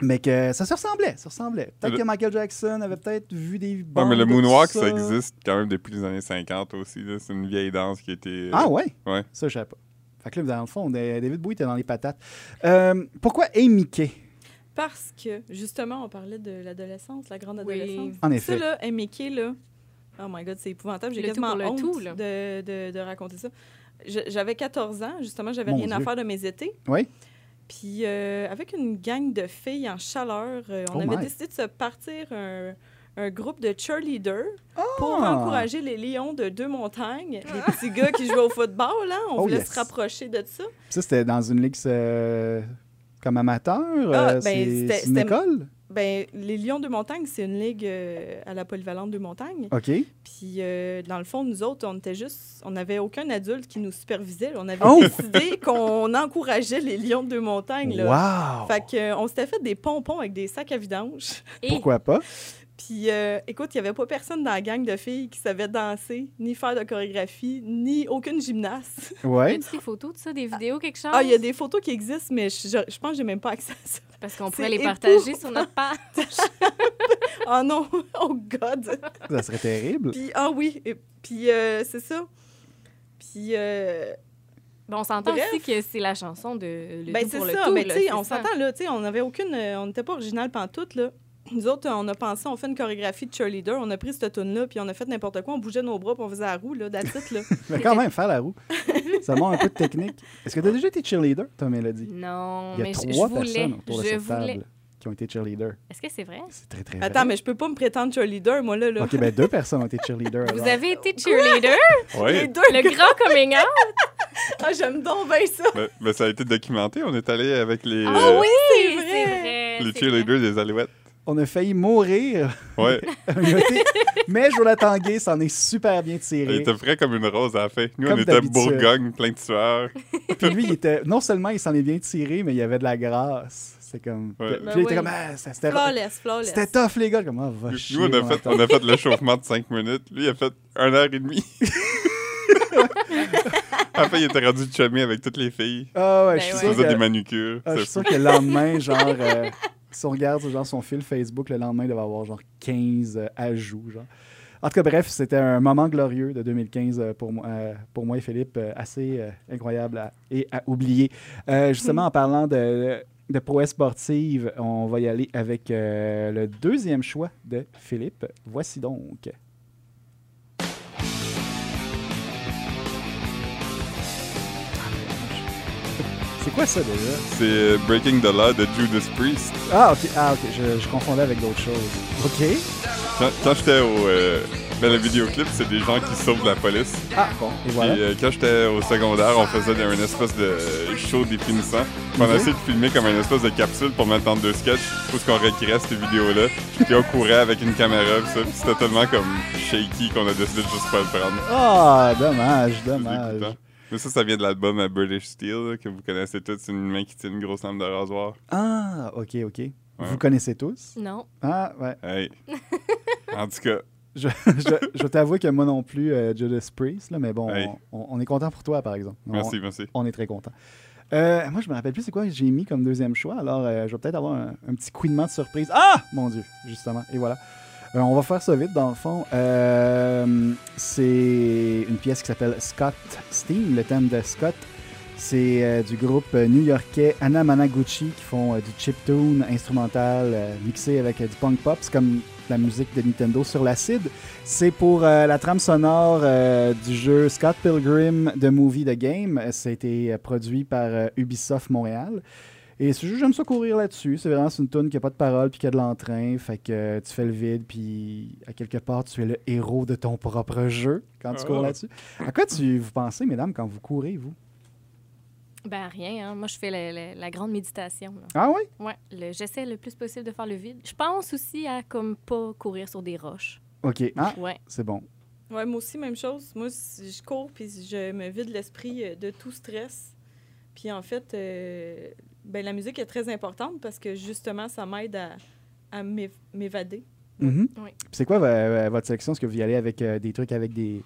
S2: mais que ça se ressemblait, ça ressemblait. Peut-être
S1: Le-
S2: que Michael Jackson avait peut-être vu des
S1: Ouais,
S2: bandes
S1: mais le
S2: de
S1: moonwalk,
S2: ça.
S1: ça existe quand même depuis les années 50 aussi. là. C'est une vieille danse qui euh, était.
S2: Ah ouais?
S1: Ouais.
S2: Ça, je savais pas. Fait que là, dans le fond, David Bowie était dans les patates. Euh, pourquoi et Mickey?
S3: Parce que, justement, on parlait de l'adolescence, la grande
S4: Oui.
S3: adolescence.
S2: En effet.
S3: Ça, là, hey, Mickey, là. Oh my God, c'est épouvantable. J'ai
S4: Le tout
S3: quasiment
S4: pour le
S3: honte
S4: tout, là.
S3: de, de- de raconter ça. Je- J'avais 14 ans, justement, j'avais
S2: Mon
S3: rien à
S2: Dieu.
S3: faire de mes étés.
S2: Oui?
S3: Puis, euh, avec une gang de filles en chaleur, euh, on
S2: Oh
S3: avait
S2: my.
S3: décidé de se partir un, un groupe de cheerleaders pour
S2: Ah!
S3: encourager les lions de deux montagnes, les
S4: Ah!
S3: petits gars qui jouaient au football. Là, on
S2: Oh
S3: voulait
S2: yes.
S3: se rapprocher de ça.
S2: Puis ça, c'était dans une ligue euh, comme amateur?
S3: Ah,
S2: euh,
S3: ben,
S2: c'est
S3: c'était-
S2: c'est une
S3: c'était-
S2: école?
S3: Ben, les Lions de montagne, c'est une ligue euh, à la polyvalente de montagne.
S2: OK.
S3: Puis, euh, dans le fond, nous autres, on était juste. On n'avait aucun adulte qui nous supervisait. là. On avait
S2: Oh!
S3: décidé qu'on encourageait les Lions de montagne. Là.
S2: Wow!
S3: Fait que, euh, on s'était fait des pompons avec des sacs à vidange.
S4: Et
S2: Pourquoi pas?
S3: Puis, euh, écoute, il n'y avait pas personne dans la gang de filles qui savait danser, ni faire de chorégraphie, ni aucune gymnaste.
S4: y
S2: Ouais.
S4: a-tu des photos de ça, des vidéos, quelque chose?
S3: Ah, il y a des photos qui existent, mais je, je- je pense que j'ai même pas accès à ça.
S4: Parce qu'on
S3: C'est
S4: pourrait les
S3: épouvant-
S4: partager sur notre page.
S3: Oh non! Oh God!
S2: Ça serait terrible.
S3: Puis, ah oui! Et- Puis, euh, c'est ça. Puis, euh,
S4: Bon, on s'entend
S3: Bref.
S4: aussi que c'est la chanson de Le
S3: ben
S4: tout
S3: c'est
S4: pour le
S3: ça.
S4: tout.
S3: Mais
S4: là,
S3: tu sais,
S4: c'est
S3: on
S4: ça.
S3: s'entend, là. Tu sais, on n'avait aucune... euh, on n'était pas original pantoute, là. Nous autres, on a pensé, on fait une chorégraphie de cheerleader, on a pris cette tune-là, puis on a fait n'importe quoi, on bougeait nos bras, puis on faisait la roue, là, d'attitude, là.
S2: Mais quand même, faire la roue. Ça manque un peu de technique. Est-ce que tu as déjà été cheerleader, toi, Mélodie?
S4: Non,
S2: Il y
S4: mais
S2: a
S4: je, je
S2: trois
S4: voulais.
S2: personnes autour de
S4: je
S2: cette
S4: voulais.
S2: table qui ont été cheerleader.
S4: Est-ce que c'est vrai?
S3: Euh,
S2: C'est très, très
S3: Attends,
S2: vrai.
S3: mais je peux pas me prétendre cheerleader, moi, là, là.
S2: OK, ben deux personnes ont été cheerleader.
S4: Vous
S2: alors.
S4: avez été cheerleader?
S3: Les
S1: Oui,
S3: deux,
S4: le grand coming out?
S3: ah, j'aime donc bien ça.
S1: mais, mais Ben, ça a été documenté. On est allé avec les,
S4: Ah
S1: euh,
S4: oui,
S3: c'est vrai.
S4: c'est vrai.
S1: les
S4: c'est
S1: cheerleaders des Alouettes.
S2: On a failli mourir.
S1: Ouais,
S2: mais Jonathan Gay s'en est super bien
S1: il
S2: tiré.
S1: était frais comme une rose à la fin. Nous,
S2: Comme
S1: on était
S2: d'habitude.
S1: Bourgogne, plein de sueur.
S2: Puis lui, il était... non seulement il s'en est bien tiré, mais il avait de la grâce. C'est comme...
S1: Ouais.
S2: Puis
S3: Ben
S2: il était
S3: oui.
S2: comme... Ah, ça, c'était...
S3: Flawless, flawless.
S2: C'était tough, les gars. Comme, ah, va
S1: Nous,
S2: chier,
S1: on a,
S2: mon
S1: fait,
S2: Antoine.
S1: on a fait l'échauffement de 5 minutes. Lui, il a fait 1 heure et demie. Après, il était rendu chummy avec toutes les filles.
S2: Ah ouais,
S4: Ben
S2: je suis
S1: Il se
S4: ouais.
S2: sûr
S1: faisait des
S2: que-
S1: manucures.
S2: ah, je
S1: C'est
S2: suis sûr que le lendemain, genre... euh, Si on regarde genre, son fil Facebook, le lendemain, il devait avoir genre 15 euh, ajouts. Genre. En tout cas, bref, c'était un moment glorieux de 2015 euh, pour moi, euh, pour moi et Philippe, euh, assez euh, incroyable à- et à oublier. Euh, justement, en parlant de, de prouesse sportive, on va y aller avec euh, le deuxième choix de Philippe. Voici donc. C'est quoi ça déjà?
S1: C'est euh, Breaking the Law de Judas Priest.
S2: Ah, ok, ah, ok. Je, je confondais avec d'autres choses. Ok.
S1: Quand, quand j'étais au. euh, dans le vidéoclip, c'est des gens qui sauvent la police.
S2: Ah, bon, et
S1: Puis
S2: voilà.
S1: euh, quand j'étais au secondaire, on faisait un espèce de show définissant. Puis on a
S2: Mhm.
S1: essayé de filmer comme un espèce de capsule pour mettre en deux sketchs tout ce qu'on récréait cette vidéo-là. Puis on courait avec une caméra, puis ça. Puis c'était tellement comme shaky qu'on a décidé de juste pas le prendre.
S2: Ah, dommage,
S1: C'est
S2: dommage.
S1: dégoûtant. Mais ça, ça vient de l'album à British Steel, là, que vous connaissez tous. C'est une main qui tient une grosse lame de rasoir.
S2: Ah, ok, ok. Vous connaissez tous?
S4: Non.
S2: Ah, ouais.
S1: Hey. en tout cas,
S2: Je, je, je t'avoue que moi non plus, euh, Judas Priest, là, mais bon,
S1: Hey.
S2: on, on est content pour toi, par exemple. On-
S1: merci, merci.
S2: On, est très content. Euh, moi, je me rappelle plus c'est quoi que j'ai mis comme deuxième choix, alors euh, je vais peut-être avoir un, un petit couinement de surprise. Ah, mon Dieu, justement, et voilà. Euh, on va faire ça vite, dans le fond. Euh, c'est une pièce qui s'appelle Scott Steam, le thème de Scott. C'est euh, du groupe euh, new-yorkais Anna Managuchi qui font euh, du chiptune instrumental euh, mixé avec euh, du punk pop. C'est comme la musique de Nintendo sur l'acide. C'est pour euh, la trame sonore euh, du jeu Scott Pilgrim The Movie The Game. Euh, Ça a été euh, produit par euh, Ubisoft Montréal. Et ce jeu, j'aime ça courir là-dessus. C'est vraiment c'est une tune qui a pas de parole puis qui a de l'entrain. Fait que euh, tu fais le vide puis à quelque part, tu es le héros de ton propre jeu quand tu cours
S1: Ah.
S2: là-dessus. À quoi tu vous pensez, mesdames, quand vous courez, vous?
S4: Ben rien, hein. moi je fais la, la- la grande méditation. là.
S2: Ah oui?
S4: Ouais, le- j'essaie le plus possible de faire le vide. Je pense aussi à comme pas courir sur des roches.
S2: OK. Ah,
S4: Ouais.
S2: c'est bon.
S3: Ouais, moi aussi, même chose. Moi, si je cours puis je me vide l'esprit euh, de tout stress. Puis en fait, euh, ben, la musique est très importante parce que justement, ça m'aide à, à m'é- m'évader.
S2: Mhm.
S4: Oui.
S2: Puis C'est quoi vo- votre section? Est-ce que vous y allez avec euh, des trucs avec des,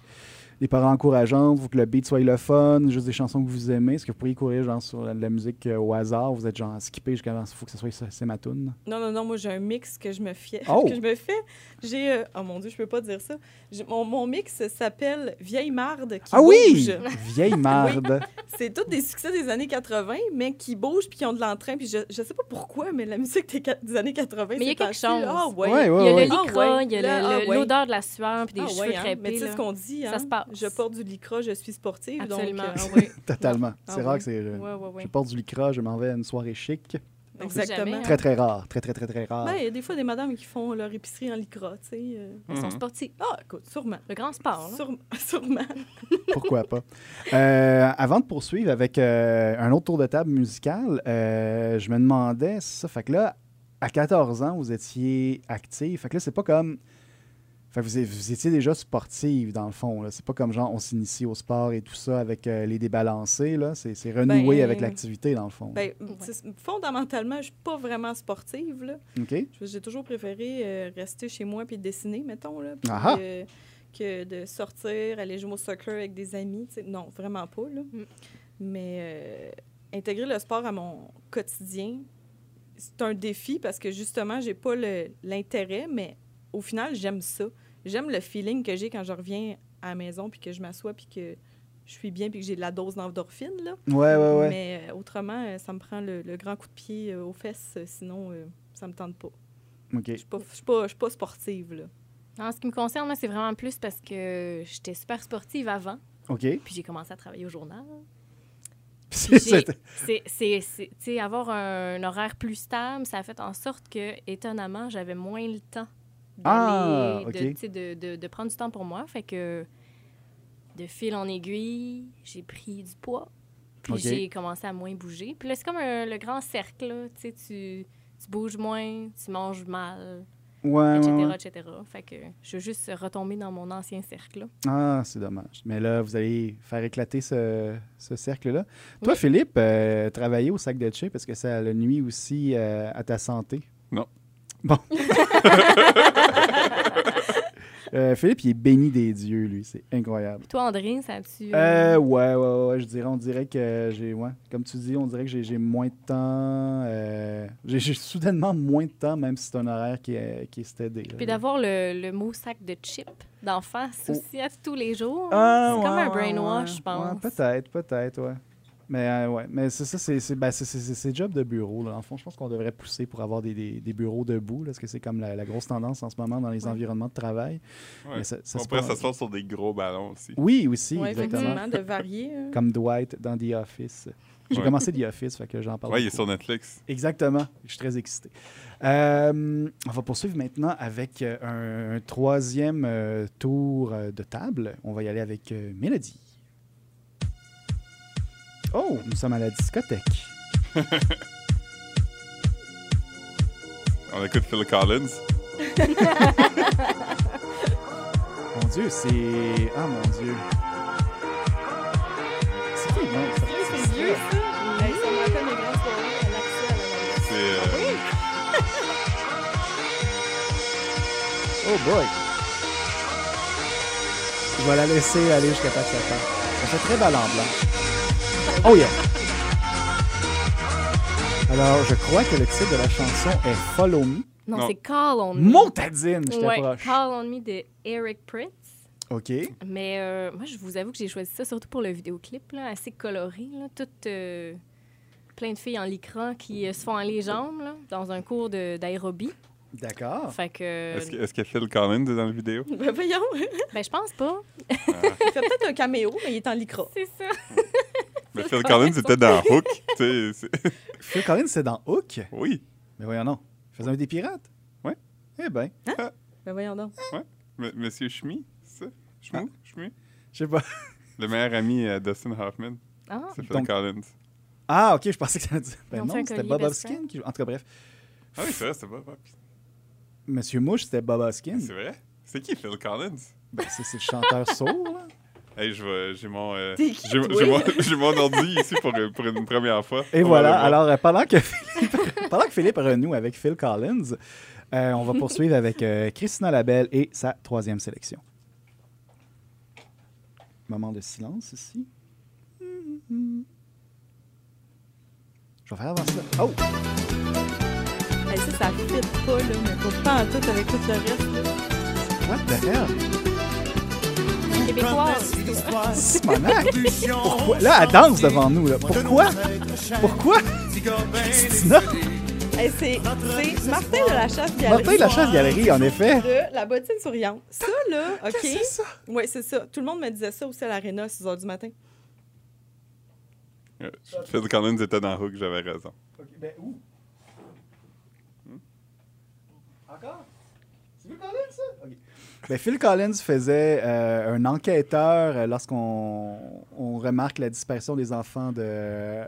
S2: des paroles encourageantes? Vous que le beat soit le fun? Juste des chansons que vous aimez? Est-ce que vous pourriez courir genre, sur la, de la musique euh, au hasard? Vous êtes genre skippé jusqu'à il faut que ce soit ça, c'est ma toune.
S3: Non, non, non, moi, j'ai un mix que je me fais.
S2: Oh!
S3: que je me fais. J'ai. euh, oh mon Dieu, je peux pas dire ça. J'ai- Mon, mon mix s'appelle Vieille Marde
S2: Ah
S3: qui bouge.
S2: Vieille marde.
S3: C'est tous des succès des années 80, mais qui bougent puis qui ont de l'entrain. Puis je, je sais pas pourquoi, mais la musique des, quat- des années 80,
S4: Mais il y a
S3: ces
S4: quelque
S3: temps-ci, là, Ah
S4: chose.
S3: ouais.
S2: Ouais, ouais,
S4: il y a
S2: ouais.
S4: le lycra,
S3: Ah ouais,
S4: il y a
S3: là,
S4: le-
S3: ah
S4: le-
S3: ouais.
S4: l'odeur de la sueur puis des
S3: Ah
S4: cheveux
S3: ouais, hein. Mais
S4: crêpés.
S3: tu sais
S4: là.
S3: ce qu'on dit, hein?
S4: Ça se passe.
S3: Je porte du lycra, je suis sportive.
S4: Absolument.
S3: Donc, euh, ah
S4: oui.
S2: Totalement.
S3: Ah
S2: c'est rare
S3: oui.
S2: que c'est. Je,
S4: Ouais, ouais, ouais.
S2: je porte du lycra, je m'en vais à une soirée chic.
S3: ouais,
S4: On sait jamais,
S3: exactement.
S4: hein.
S2: Très, très rare. Très, très, très, très rare.
S3: Ben, il y a des fois des madames qui font leur épicerie en lycra, tu sais. euh.
S4: Elles sont
S1: Mhm.
S4: sportives.
S3: Ah, écoute, sûrement.
S4: Le grand sport. là.
S3: Sûrement. sûrement.
S2: Pourquoi pas? Euh, avant de poursuivre avec euh, un autre tour de table musical, euh, je me demandais, c'est ça, fait que là, à 14 ans, vous étiez active. Fait que là, c'est pas comme. Fait que vous, é- vous étiez déjà sportive, dans le fond. là. C'est pas comme genre on s'initie au sport et tout ça avec euh, les débalancés. là. C'est c'est renoué
S3: Ben,
S2: avec l'activité, dans le fond.
S3: Ben, c'est- Fondamentalement, je suis pas vraiment sportive. Là.
S2: OK?
S3: Je- J'ai toujours préféré euh, rester chez moi puis dessiner, mettons, là, puis,
S2: Aha!
S3: euh, que de sortir, aller jouer au soccer avec des amis. tu sais. Non, vraiment pas. là.
S4: Mm.
S3: Mais euh, intégrer le sport à mon quotidien, c'est un défi parce que justement, j'ai pas le- l'intérêt, mais au final, j'aime ça. J'aime le feeling que j'ai quand je reviens à la maison puis que je m'assois puis que je suis bien puis que j'ai de la dose d'endorphine. là.
S2: Ouais, ouais, ouais.
S3: Mais euh, autrement, euh, ça me prend le, le grand coup de pied euh, aux fesses, euh, sinon euh, ça me tente pas.
S2: OK.
S3: Je suis pas, je suis pas, je suis pas sportive. Là.
S4: En ce qui me concerne, moi, c'est vraiment plus parce que j'étais super sportive avant,
S2: OK.
S4: puis j'ai commencé à travailler au journal.
S2: C'est-
S4: J'ai-
S2: c'est-
S4: C'est, c'est, c'est- tu sais, avoir un, horaire plus stable, ça a fait en sorte que, étonnamment, j'avais moins le temps
S2: Ah,
S4: d'aller-
S2: ok.
S4: de, tu sais, de, de- de prendre du temps pour moi. Fait que, de fil en aiguille, j'ai pris du poids, puis
S2: Ok.
S4: j'ai commencé à moins bouger. Puis là, c'est comme un- le grand cercle, là, tu sais, tu, tu bouges moins, tu manges mal,
S2: Ouais,
S4: etc.,
S2: ouais, ouais.
S4: etc. Fait que je veux juste retomber dans mon ancien cercle, là.
S2: Ah, c'est dommage. Mais là, vous allez faire éclater ce, ce cercle-là. Toi, Philippe, euh, travailler au sac de chips, est-ce que ça le nuit aussi euh, à ta santé?
S1: Non.
S2: Bon. Euh, Philippe, il est béni des dieux, lui. C'est incroyable.
S4: Toi, André, ça a-tu...
S2: Euh, ouais, ouais, ouais, je dirais, on dirait que j'ai, ouais, comme tu dis, on dirait que j'ai- j'ai moins de temps, euh, j'ai j'ai soudainement moins de temps, même si c'est un horaire qui est, qui est stédé, là.
S4: Puis d'avoir le, le mot sac de chips d'en face
S2: Oh.
S4: aussi à tous les jours.
S2: Ah,
S4: c'est
S2: ouais,
S4: comme un
S2: ouais,
S4: brainwash,
S2: ouais.
S4: je pense.
S2: Ouais, peut-être, peut-être, ouais. Mais euh, ouais, mais c'est ça, c'est c'est ben, c'est- c'est- c'est- c'est job de bureau. Là. En fond, je pense qu'on devrait pousser pour avoir des, des- des bureaux debout, là, parce que c'est comme la, la grosse tendance en ce moment dans les
S4: Ouais.
S2: environnements de travail.
S1: Ouais.
S2: Mais ça- ça
S1: On
S2: se
S1: pourrait
S2: passe-
S1: s'asseoir sur des gros ballons aussi.
S2: Oui, aussi,
S3: Oui,
S2: exactement.
S3: effectivement, de varier. hein.
S2: Comme Dwight dans The Office. J'ai
S1: Ouais.
S2: commencé The Office, fait que j'en parle.
S1: Ouais, il est
S2: beaucoup.
S1: sur Netflix.
S2: Exactement. Je suis très excité. Euh, on va poursuivre maintenant avec euh, un, un troisième euh, tour euh, de table. On va y aller avec euh, Mélodie. Oh, nous sommes à la discothèque.
S1: On écoute Phil Collins.
S2: Mon Dieu, c'est... Ah, mon Dieu. C'est quoi le nom? Ça-
S3: Oui, c'est vieux, ça. Hey, ça me rappelle mes grandes soirées à l'accès à la-
S1: C'est
S3: Ah
S1: euh,
S2: Oh boy! Je vais la laisser aller jusqu'à pas de sa part. Ça fait très ballon blanc. Oh yeah! Alors, je crois que le titre de la chanson est Follow Me.
S4: Non,
S1: Non.
S4: c'est Call on Me.
S2: Montadine, Mmh, je
S4: Ouais, Ah.
S2: t'approche.
S4: Call on Me de Eric Prince.
S2: OK.
S4: Mais euh, moi, je vous avoue que j'ai choisi ça surtout pour le vidéoclip, là, assez coloré, là, toutes euh, plein de filles en lycra qui euh, se font aller les jambes là, dans un cours de- d'aérobie.
S2: D'accord.
S4: Fait que,
S1: Est-ce que, est-ce que Phil Collins est dans la vidéo?
S3: Ben voyons,
S4: ben, je pense pas.
S3: il fait peut-être un caméo, mais il est en lycra.
S4: C'est ça.
S1: Mais
S4: Phil
S1: Phil
S4: Collins
S1: Collins était dans Hook. tu sais, c'est-
S2: Phil Collins, c'est dans Hook.
S1: oui,
S2: Mais voyons non. Il faisait un des pirates.
S1: Ouais.
S2: Eh ben,
S3: Ben voyons donc.
S1: M- Monsieur Schmi, c'est ça? Schmou? Schmu?
S2: je sais pas.
S1: Le meilleur ami à Dustin Hoffman,
S4: Ah,
S1: c'est Phil
S2: Donc-
S1: Collins.
S2: Ah, OK, je pensais que ça dit. Ben
S4: ont
S2: non,
S4: fait un
S2: c'était
S4: collier
S2: Bob
S4: best
S2: Hoskin qui... En tout cas, bref.
S1: Ah oui, c'est vrai, c'est pas pas-
S2: Monsieur Mouche, c'était Bob Hoskin.
S1: C'est vrai? C'est qui Phil Collins?
S2: Ben, c'est c'est le chanteur sourd, là.
S1: Hey, je vais- j'ai mon, euh,
S3: T'es qui,
S1: j'ai,
S3: toi?
S1: j'ai mon, j'ai mon ordi ici pour, euh, pour une première fois.
S2: Et
S1: On
S2: voilà.
S1: va le voir.
S2: Alors, euh, pendant que Philippe, pendant que Philippe renoue avec Phil Collins, euh, on va poursuivre avec euh, Christina Labelle et sa troisième sélection. Moment de silence ici. Je vais faire avancer. ça. Oh!
S3: Hey, ça, ça fit pas, là, mais pas, pas en tout avec tout le reste. là.
S2: What the hell?
S4: québécoise.
S2: Simonac! Pourquoi? Ah, Là, elle danse devant nous. Là. Pourquoi? Pourquoi? Christina!
S3: Hey, c'est c'est Martin de la Chasse Galerie.
S2: Martin de la chasse galerie, en effet.
S3: de la bottine souriante. Ça, là, OK.
S2: Ah, C'est ça.
S3: Oui, c'est ça. Tout le monde me disait ça aussi à l'aréna à 6 h du matin.
S1: Euh, Phil Collins était dans Hook, j'avais raison.
S2: Ok, ben où? Encore? C'est Phil Collins, ça? Ben, Phil Collins faisait euh, un enquêteur euh, lorsqu'on on remarque la disparition des enfants de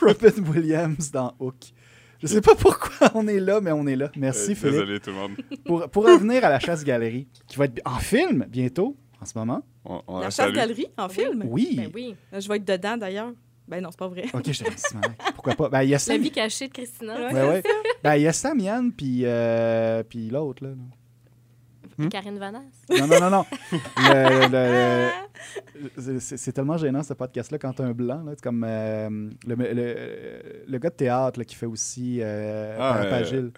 S2: Robin Williams euh, dans Hook. Je sais pas pourquoi on est là, mais on est là. Merci,
S1: Euh,
S2: Philippe.
S1: Désolé tout le monde.
S2: Pour, pour revenir à la chasse-galerie, qui va être en film bientôt, en ce moment.
S1: On, on
S3: La
S1: la salue.
S3: chasse-galerie, en film.
S2: Oui.
S4: Ben oui.
S3: Je vais être dedans, d'ailleurs. Ben non, c'est pas vrai.
S2: Ok, je te laisse. Pourquoi pas? Ben, il y a
S4: La
S2: Sam.
S4: vie cachée de Christina.
S3: Ouais.
S2: Ouais, ouais. Ben, il y a Sam Yann, puis euh, puis l'autre, là.
S1: Hmm?
S4: Karine Vanasse.
S2: Non, non, non, non. Le- le- le- c'est c'est tellement gênant, ce podcast-là, quand t'as un blanc. là. C'est comme euh, le, le- le gars de théâtre là, qui fait aussi euh,
S1: Ah,
S2: Parapagile.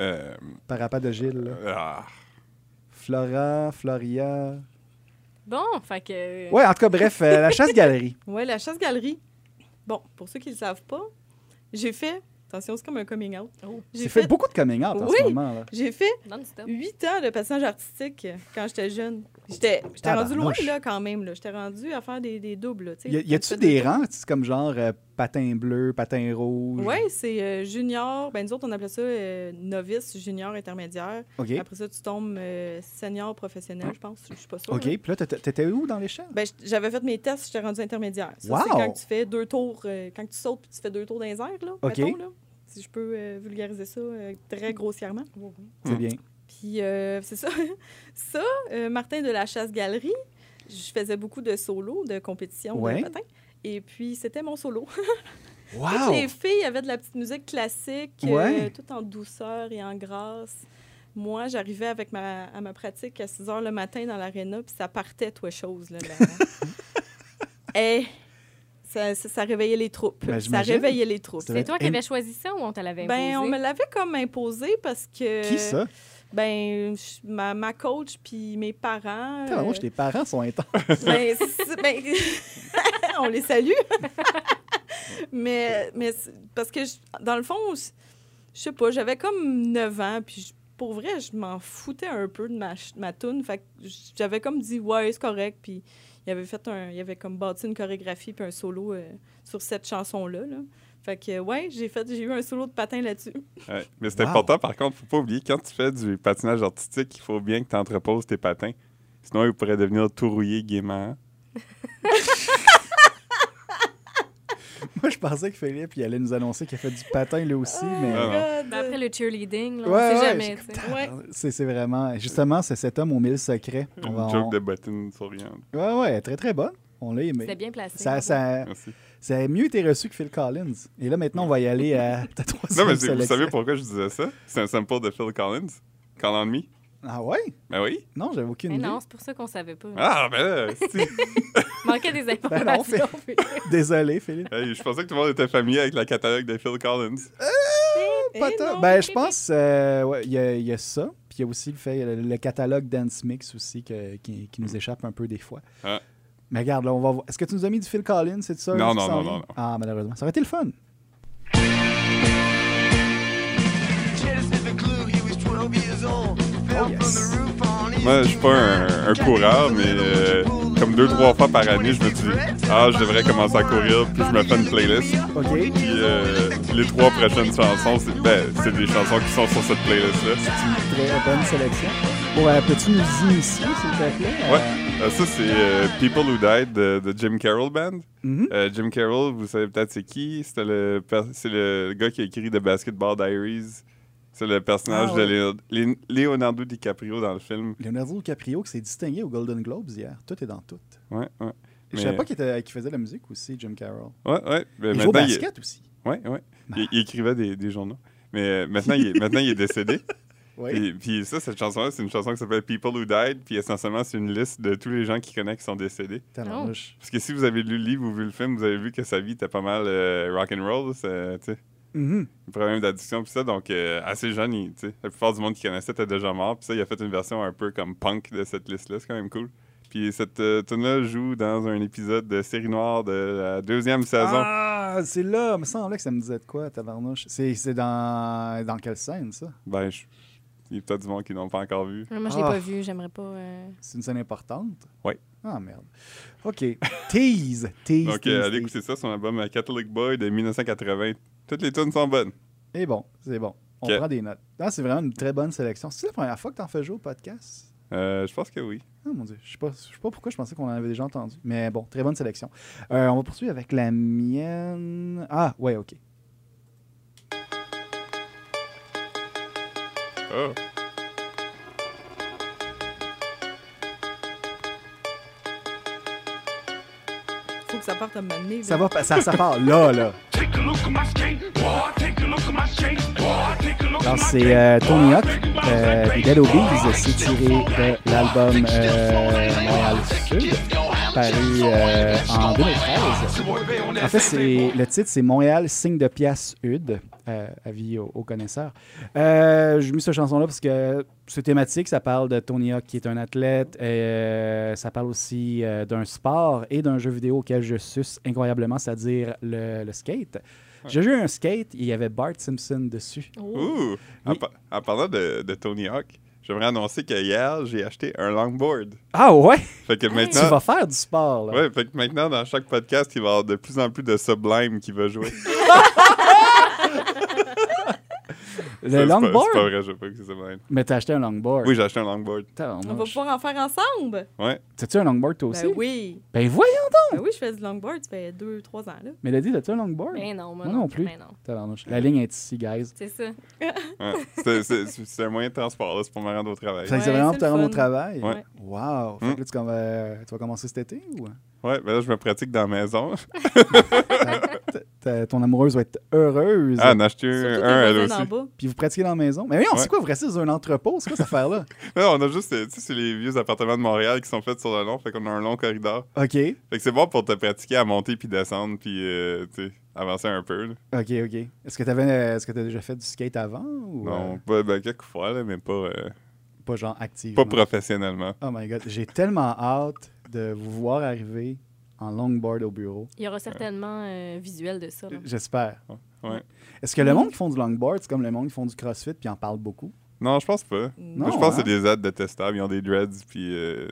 S1: Euh,
S2: Parapagile, là.
S1: ah,
S2: Flora,
S3: Euh,
S2: Floria.
S4: Bon, fait que.
S2: Ouais, en tout cas, bref, euh, la chasse-galerie.
S3: Ouais, la chasse-galerie. Bon, pour ceux qui le savent pas, j'ai fait... Attention, c'est comme un coming out.
S4: Oh.
S3: J'ai
S2: J'ai fait beaucoup de coming out en
S3: Oui.
S2: ce moment, là.
S3: J'ai fait
S4: Non-stop.
S3: huit ans de patinage artistique quand j'étais jeune. J'étais j'étais rendue loin,
S2: Tabarnouche.
S3: là, quand même. là. J'étais rendue à faire des, des doubles. là, tu sais.
S2: Ah, Y, a- y a-tu des rangs, tu sais, comme genre euh, patin bleu, patin rouge?
S3: Oui, c'est euh, junior. Ben, nous autres, on appelait ça euh, novice, junior, intermédiaire.
S2: OK.
S3: Après ça, tu tombes euh, senior professionnel, je pense. Je suis pas sûre.
S2: OK.
S3: là.
S2: Puis là, t'étais- t'étais où dans l'échelle?
S3: Ben, j- j'avais fait mes tests, j'étais rendue intermédiaire. Ça, c'est
S2: Wow!
S3: quand tu fais deux tours, euh, quand tu sautes puis tu fais deux tours dans les airs, là,
S2: OK.
S3: mettons, là. Si je peux euh, vulgariser ça euh, très grossièrement.
S2: C'est bien.
S3: Puis euh, c'est ça. ça, euh, Martin de la Chasse Galerie, je faisais beaucoup de solos, de compétition
S2: Ouais.
S3: de patin. Et puis, c'était mon solo. Toutes
S2: Wow!
S3: les filles avaient de la petite musique classique, euh,
S2: Ouais.
S3: tout en douceur et en grâce. Moi, j'arrivais avec ma, à ma pratique à 6 h le matin dans l'aréna, puis ça partait, toi, chose. Là, la- Hey, ça, ça, ça réveillait les troupes.
S2: Ben,
S3: ça
S2: j'imagine.
S3: réveillait les troupes.
S2: Ça doit
S4: C'est
S2: être
S4: toi qui
S2: im-
S4: avais choisi ça ou on te l'avait imposé?
S3: Ben, on me l'avait comme imposé parce que.
S2: Qui ça?
S3: Ben, je- ma, ma coach puis mes parents.
S2: Putain, vraiment, tes parents sont intenses.
S3: euh, ben, c'est- ben, on les salue. mais mais c'est- parce que, je- dans le fond, je je sais pas, j'avais comme 9 ans, puis je- pour vrai, je m'en foutais un peu de ma, ch- ma toune. Fait que j'avais comme dit, ouais, c'est correct. Puis il avait fait un. Il avait comme bâti une chorégraphie puis un solo euh, sur cette chanson-là. là. Fait que, ouais, j'ai fait j'ai eu un solo de patin là-dessus.
S1: ouais. Mais c'est
S2: Wow.
S1: important, par contre, faut pas oublier, quand tu fais du patinage artistique, il faut bien que tu entreposes tes patins. Sinon, ils pourraient devenir tout rouillés gaiement. hein.
S2: Moi, je pensais que Philippe, il allait nous annoncer qu'il a fait du patin lui aussi, mais.
S1: Ah,
S3: God.
S4: Ben, après le cheerleading, là,
S2: Ouais,
S4: on sait
S2: ouais,
S4: jamais. tu sais.
S3: Ouais.
S2: C'est c'est vraiment. Justement, c'est cet homme aux mille secrets. On va-
S1: Une
S2: on-
S1: joke de bottine souriante.
S2: Ouais, ouais, très très bonne. On l'a aimé.
S4: C'était bien placé.
S2: Ça, ça,
S1: Merci.
S2: ça a mieux été reçu que Phil Collins. Et là, maintenant, on va y aller à ta troisième
S1: Non, mais c'est- vous
S2: sélection.
S1: savez pourquoi je disais ça? C'est un sample de Phil Collins. Call on me.
S2: Ah ouais?
S1: Ben oui.
S2: Non, j'avais aucune
S4: Mais
S2: idée.
S4: non, c'est pour ça qu'on savait pas.
S1: Ah, ben là, si.
S4: Manquait des
S2: Ben
S4: informations.
S2: non, Phil- Désolé, Philippe.
S1: Hey, je pensais que tout le monde était familier avec la catalogue de Phil Collins.
S2: Pas
S3: Eh
S2: tant.
S3: non,
S2: ben, je
S3: bébé.
S2: pense, euh, ouais, il y, a- il y a ça. Puis il y a aussi le, fait, le, le catalogue Dance Mix aussi que- qui, qui nous échappe un peu des fois.
S1: Ah.
S2: Mais regarde, là, on va voir. Est-ce que tu nous as mis du Phil Collins, c'est ça?
S1: Non,
S2: ce qui
S1: non,
S2: s'en
S1: non,
S2: vient?
S1: non, non.
S2: Ah, malheureusement. Ça aurait été le fun. Oh, yes.
S1: Moi, je suis pas un, un coureur, mais euh, comme deux, trois fois par année, je me dis Ah, je devrais commencer à courir, puis je me fais une playlist.
S2: OK.
S1: Puis euh, les trois prochaines chansons, c'est ben, c'est des chansons qui sont sur cette playlist-là.
S2: Très bonne sélection. Bon, euh, peux-tu nous initier, s'il te plaît? Euh,
S1: Ouais. Euh, ça, c'est euh, People Who Died de, de Jim Carroll Band.
S2: mhm.
S1: Euh, Jim Carroll, vous savez peut-être c'est qui C'était le per- c'est le gars qui a écrit The Basketball Diaries. C'est le personnage
S2: Ah, ouais.
S1: de Léon- Lé- Leonardo DiCaprio dans le film.
S2: Leonardo DiCaprio qui s'est distingué aux Golden Globes hier. Tout est dans tout.
S1: Ouais, ouais.
S2: Je savais
S1: Mais-
S2: pas qu'il était- qu'il faisait de la musique aussi, Jim Carroll.
S1: Ouais, ouais. Ben,
S2: il joue au
S1: maintenant, il-
S2: basket Bah. aussi.
S1: Ouais, ouais. Il, il écrivait des, des journaux. Mais euh, maintenant, il est, maintenant, il est décédé.
S2: Oui.
S1: Puis, puis ça, cette chanson-là, c'est une chanson qui s'appelle People Who Died. Puis essentiellement, c'est une liste de tous les gens qui connaissent qui sont décédés.
S2: Tabarnouche.
S1: Parce que si vous avez lu le livre ou vu le film, vous avez vu que sa vie était pas mal euh, rock'n'roll. c'est, euh, tu sais,
S2: Mhm.
S1: un problème d'addiction, puis ça. Donc, euh, assez jeune, il- tu sais, la plupart du monde qui connaissait était déjà mort. Puis ça, il a fait une version un peu comme punk de cette liste-là. C'est quand même cool. Puis cette euh, tune-là joue dans un épisode de série noire de la deuxième saison.
S2: Ah, c'est là. Il me semblait que ça me disait de quoi, Tabarnouche. C'est c'est dans... dans quelle scène, ça?
S1: Ben, je- il y a peut-être du monde qui n'ont pas encore vu.
S4: Ouais, Moi, je l'ai
S2: Ah.
S4: pas vu. J'aimerais pas. euh,
S2: C'est une scène importante?
S1: Ouais.
S2: Ah, merde. OK. Tease. Tease.
S1: Donc,
S2: tease,
S1: euh, allez
S2: tease.
S1: écouter ça, son album euh, Catholic Boy de 1980. Toutes les tunes sont bonnes.
S2: Et bon, c'est bon. On
S1: Ok.
S2: prend des notes. Non, c'est vraiment une très bonne sélection. C'est la première fois que t'en fais jouer au podcast?
S1: Euh, je pense que oui.
S2: Ah, mon Dieu. Je sais pas, je sais pas pourquoi je pensais qu'on en avait déjà entendu. Mais bon, très bonne sélection. Euh, on va poursuivre avec la mienne. Ah, ouais, OK.
S1: Ah.
S3: Faut que ça parte à un moment donné,
S2: Ça
S3: là.
S2: va, pa- ça, ça part là, là.
S5: Take a look at my skate, boy. Take a look at my skate, boy. Take a look at
S2: Alors,
S5: my
S2: c'est euh, Tony Hawk, euh, des Dead Obies, c'est tiré de l'album euh, Montréal Sud, paru euh, en 2013. En fait, c'est, le titre, c'est Montréal, signe de pièce UD, euh, avis aux, aux connaisseurs. Euh, j'ai mis cette chanson-là parce que c'est thématique. Ça parle de Tony Hawk, qui est un athlète. euh, ça parle aussi euh, d'un sport et d'un jeu vidéo auquel je suce incroyablement, c'est-à-dire le, le skate. J'ai joué à un skate, il y avait Bart Simpson dessus.
S3: Oh.
S1: Ouh! En,
S2: Oui.
S1: par- en parlant de, de Tony Hawk, j'aimerais annoncer que hier, j'ai acheté un longboard.
S2: Ah ouais?
S1: Fait que
S2: Tu
S1: maintenant.
S2: vas faire du sport, là.
S1: Ouais, fait que maintenant, dans chaque podcast, il va y avoir de plus en plus de sublime qui va jouer. Ça,
S2: le
S1: c'est pas-
S2: longboard?
S1: C'est pas vrai, je sais pas que c'est sublime.
S2: Mais t'as acheté un longboard.
S1: Oui, j'ai acheté un longboard.
S3: On va
S2: Tabarnouche.
S3: pouvoir en faire ensemble.
S1: Ouais.
S2: T'as-tu un longboard toi aussi?
S3: Ben oui.
S2: Ben voyons donc!
S3: Ben oui, je fais du longboard, ça fait deux, trois ans, là.
S2: Mélodie, t'as-tu un longboard?
S3: Ben
S4: Mais Ben non, moi
S2: Moi
S4: non,
S2: non plus.
S4: Mais non,
S2: Tabarnouche. La ligne est ici, guys.
S4: c'est ça.
S1: ouais. C'est- C'est c'est un moyen de transport, là, c'est pour me rendre au travail.
S2: Fait que c'est
S3: Ouais,
S2: vraiment
S3: c'est
S2: pour te
S3: le
S2: rendre au
S3: fun.
S2: travail?
S1: Ouais. Mm.
S2: Wow! Fait que là, tu, com- euh, tu vas commencer cet été ou?
S1: Ouais, ben là, je me pratique dans la maison.
S2: Ta- ton amoureuse va être heureuse.
S1: Ah, en acheté
S3: Surtout
S1: un,
S3: tes
S1: un, elle
S3: voisins
S1: aussi.
S3: en bas.
S2: Puis vous pratiquez dans la maison. Mais oui, on sait
S1: Ouais.
S2: quoi, vous restez dans un entrepôt, c'est quoi cette affaire-là?
S1: Non, on a juste, euh, tu sais, c'est les vieux appartements de Montréal qui sont faits sur le long, fait qu'on a un long corridor.
S2: OK,
S1: Fait que c'est bon pour te pratiquer à monter puis descendre puis, euh, tu sais, avancer un peu. là.
S2: OK, OK. Est-ce que t'avais, euh, est-ce que t'as déjà fait du skate avant ou
S1: Non,
S2: euh,
S1: pas, ben, quelques fois, là, mais pas, euh,
S2: pas genre actif?
S1: pas professionnellement.
S2: Oh my God, j'ai tellement hâte de vous voir arriver en longboard au bureau.
S4: Il y aura certainement euh, visuel de ça. là.
S2: J'espère.
S1: Ouais.
S2: Est-ce que le monde qui font du longboard, c'est comme le monde qui font du crossfit puis en parle beaucoup?
S1: Non, je pense pas. Moi,
S2: Non,
S1: je pense
S2: hein?
S1: que c'est des ads détestables. Ils ont des dreads, puis euh,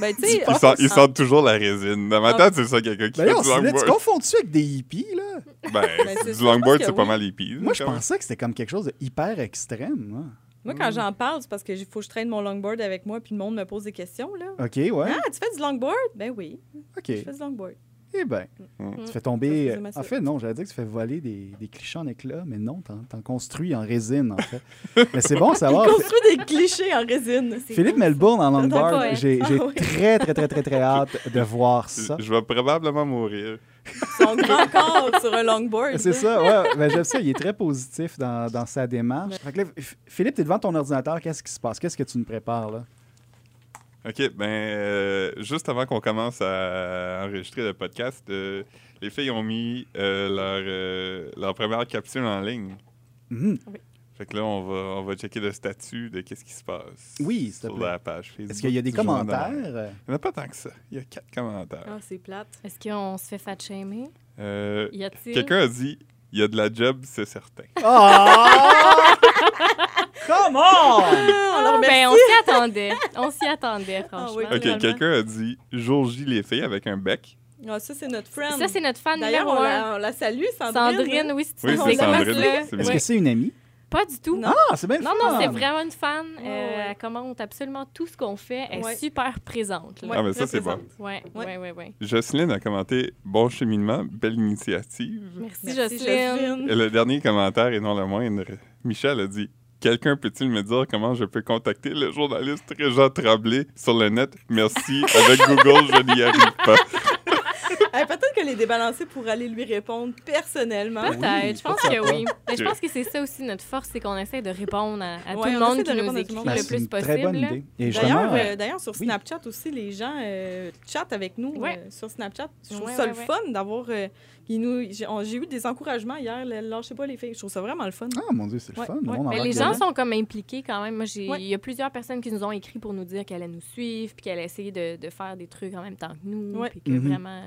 S3: Ben, tu
S1: ils,
S3: sais,
S1: sentent, ils sentent toujours la résine. Dans ma
S3: Ah.
S1: tête, c'est ça quelqu'un qui
S2: Ben là,
S1: fait
S2: on
S1: du
S2: se dit, tu
S1: longboard.
S2: confonds-tu avec des hippies, là?
S1: Ben,
S3: Ben,
S1: c'est
S3: c'est
S1: du
S3: sûr, je pense
S1: longboard,
S3: que
S1: c'est pas
S3: oui.
S1: mal hippie. là,
S2: Moi, je
S1: quand même.
S2: pensais que c'était comme quelque chose de hyper extrême. moi.
S3: moi, quand j'en parle, c'est parce que faut que je traîne mon longboard avec moi, puis le monde me pose des questions, là.
S2: OK, ouais.
S3: Ah, tu fais du longboard? Ben oui,
S2: OK.
S3: je fais du longboard.
S2: Eh bien,
S1: Mm.
S2: tu fais tomber.
S3: Ça, c'est ma
S2: en
S3: sœur.
S2: fait, non, j'allais dire que tu fais voler des, des clichés en éclats, mais non, t'en, t'en construis en résine, en fait. mais c'est bon à
S3: Il
S2: savoir.
S3: construit des clichés en résine.
S4: C'est
S2: Philippe
S4: beau, ça.
S2: Melbourne en
S4: C'est un
S2: longboard,
S4: poète.
S2: j'ai,
S3: Ah
S2: j'ai
S3: oui.
S2: très, très, très, très, très hâte de voir ça.
S1: Je- Je vais probablement mourir.
S3: Son grand corps sur un longboard.
S2: C'est ça, ouais. Ben, j'aime ça. Il est très positif dans, dans sa démarche. Fait que là, F- Philippe, t'es devant ton ordinateur. Qu'est-ce qui se passe? Qu'est-ce que tu nous prépares, là?
S1: OK, ben, euh, juste avant qu'on commence à enregistrer le podcast, euh, les filles ont mis euh, leur, euh, leur première capsule en ligne.
S2: Mhm.
S1: Fait que là, on va, on va checker le statut de qu'est-ce qui se passe.
S2: Oui, s'il te
S1: Sur
S2: plaît.
S1: la page Facebook.
S2: Est-ce qu'il y a des
S1: du Journal de Montréal.
S2: commentaires?
S1: Il n'y en a pas tant que ça. Il y a quatre commentaires.
S3: Ah, c'est plate.
S4: Est-ce qu'on se fait fat shamer?
S1: Euh,
S4: Y a-t-il?
S1: Quelqu'un a dit il y a de la job, c'est certain.
S2: Ah, Oh! Come on!
S3: on
S4: Ah, ben, on s'y attendait. On s'y attendait,
S3: Ah
S4: franchement.
S3: oui.
S1: Ok,
S3: Finalement.
S1: quelqu'un a dit jour J les filles avec un bec.
S3: Ah, ça, c'est notre friend.
S4: Ça, c'est notre fan
S3: D'ailleurs,
S4: numéro
S3: on
S4: un.
S3: la, on la salue, Sandrine.
S4: Sandrine, oui, c'est
S1: Oui,
S4: on
S1: c'est
S4: l'aime à
S1: Sandrine.
S4: souhait.
S1: C'est
S2: Est-ce
S1: bien.
S2: que c'est une amie?
S4: Pas du tout.
S3: Non.
S2: Ah, c'est bien le
S4: Non, non,
S2: fun.
S4: c'est vraiment une fan. Euh,
S3: ouais.
S4: Elle commente absolument tout ce qu'on fait. Elle est
S3: Ouais.
S4: super présente. là.
S1: Ah, mais ça,
S3: très
S1: c'est bon.
S3: présente.
S4: Ouais,
S3: Ouais.
S4: ouais, ouais, ouais.
S1: Jocelyne a commenté bon cheminement, belle initiative.
S4: Merci,
S3: Merci,
S4: Jocelyne.
S1: Et le dernier commentaire, et non le moindre, Michel a dit Quelqu'un peut-il me dire comment je peux contacter le journaliste Réjean Tremblay sur le net Merci, avec Google, je n'y arrive pas.
S3: Eh, Peut-être que les débalancés pourraient aller lui répondre personnellement.
S4: Peut-être,
S2: Oui,
S4: je pense
S2: pourquoi
S4: que oui. Mais je
S1: Ok.
S4: pense que c'est ça aussi notre force, c'est qu'on essaie de répondre à, à
S3: Ouais,
S4: tout le
S3: on
S4: monde
S3: essaie de
S4: qui nous
S3: répondre à
S4: écrit
S3: tout le monde.
S2: Ben,
S4: le
S2: c'est
S4: plus
S2: une
S4: possible.
S2: très bonne
S4: là.
S2: idée. Et justement,
S3: D'ailleurs,
S2: euh,
S3: euh, d'ailleurs, sur Snapchat aussi, les gens euh, chattent avec nous
S4: Ouais.
S3: euh, sur Snapchat. Je trouve
S4: Ouais,
S3: ça
S4: ouais,
S3: le
S4: ouais.
S3: fun d'avoir. euh, ils nous- J'ai on- j'ai eu des encouragements hier. là, Lâchez pas les filles. Je trouve ça vraiment le fun.
S2: ah mon Dieu, c'est le
S3: Ouais,
S2: fun. le
S3: ouais.
S2: monde en
S4: Mais
S2: parle
S4: les
S2: bien.
S4: gens sont comme impliqués quand même. Moi, j'ai- il
S3: Ouais.
S4: y a plusieurs personnes qui nous ont écrit pour nous dire qu'elles allaient nous suivre, puis qu'elles essayaient de, de faire des trucs en même temps que nous,
S3: Ouais.
S4: puis que
S2: Mhm.
S4: vraiment.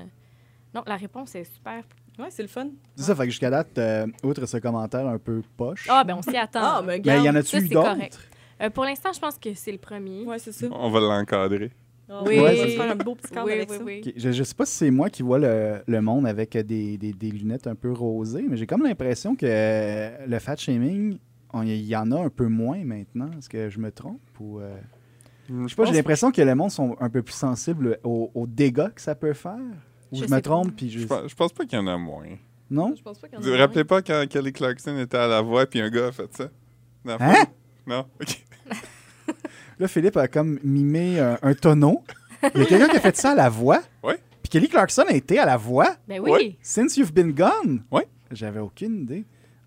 S4: Non, la réponse est super.
S3: Ouais, c'est le fun.
S2: C'est ça, fait que jusqu'à date, euh, outre ce commentaire un peu poche,
S4: Ah, ben on s'y attend.
S3: Ah, mais
S2: ben, il
S3: regarde.
S2: y en
S4: ça,
S2: a-tu eu
S4: c'est
S2: d'autres?
S4: correct. Euh, pour l'instant, je pense que c'est le
S2: Ben,
S4: premier.
S3: Ouais, c'est ça.
S1: On va l'encadrer.
S3: Ah,
S4: Oui.
S3: On va se faire un beau petit cadre
S4: Oui,
S3: avec
S4: oui,
S3: ça.
S4: oui.
S2: Ok, Je, je sais pas si c'est moi qui vois le, le monde avec euh, des, des- des lunettes un peu rosées, mais j'ai comme l'impression que euh, le fat shaming, on- il y en a un peu moins maintenant. Est-ce que je me trompe? Ou, euh,
S1: Hmm, Je
S2: Je sais pas, j'ai l'impression que le monde sont un peu plus sensibles aux, aux dégâts que ça peut faire. Ou je,
S4: Je
S2: me
S4: sais
S2: trompe, puis
S1: Je
S2: je...
S1: pense, je pense pas qu'il y en a moins.
S2: Non?
S3: Je pense pas qu'il y en
S1: Vous
S3: a
S1: vous rappelez pas quand Kelly Clarkson était à la voix puis un gars a fait ça? Dans la
S2: Hein?
S1: foule? Non? OK.
S2: Là, Philippe a comme mimé un, un tonneau. Il y a quelqu'un qui a fait ça à la voix.
S1: Ouais.
S2: Puis Kelly Clarkson a été à la voix.
S4: Ben oui.
S1: Ouais.
S2: Since you've been gone.
S1: Ouais.
S2: J'avais aucune idée.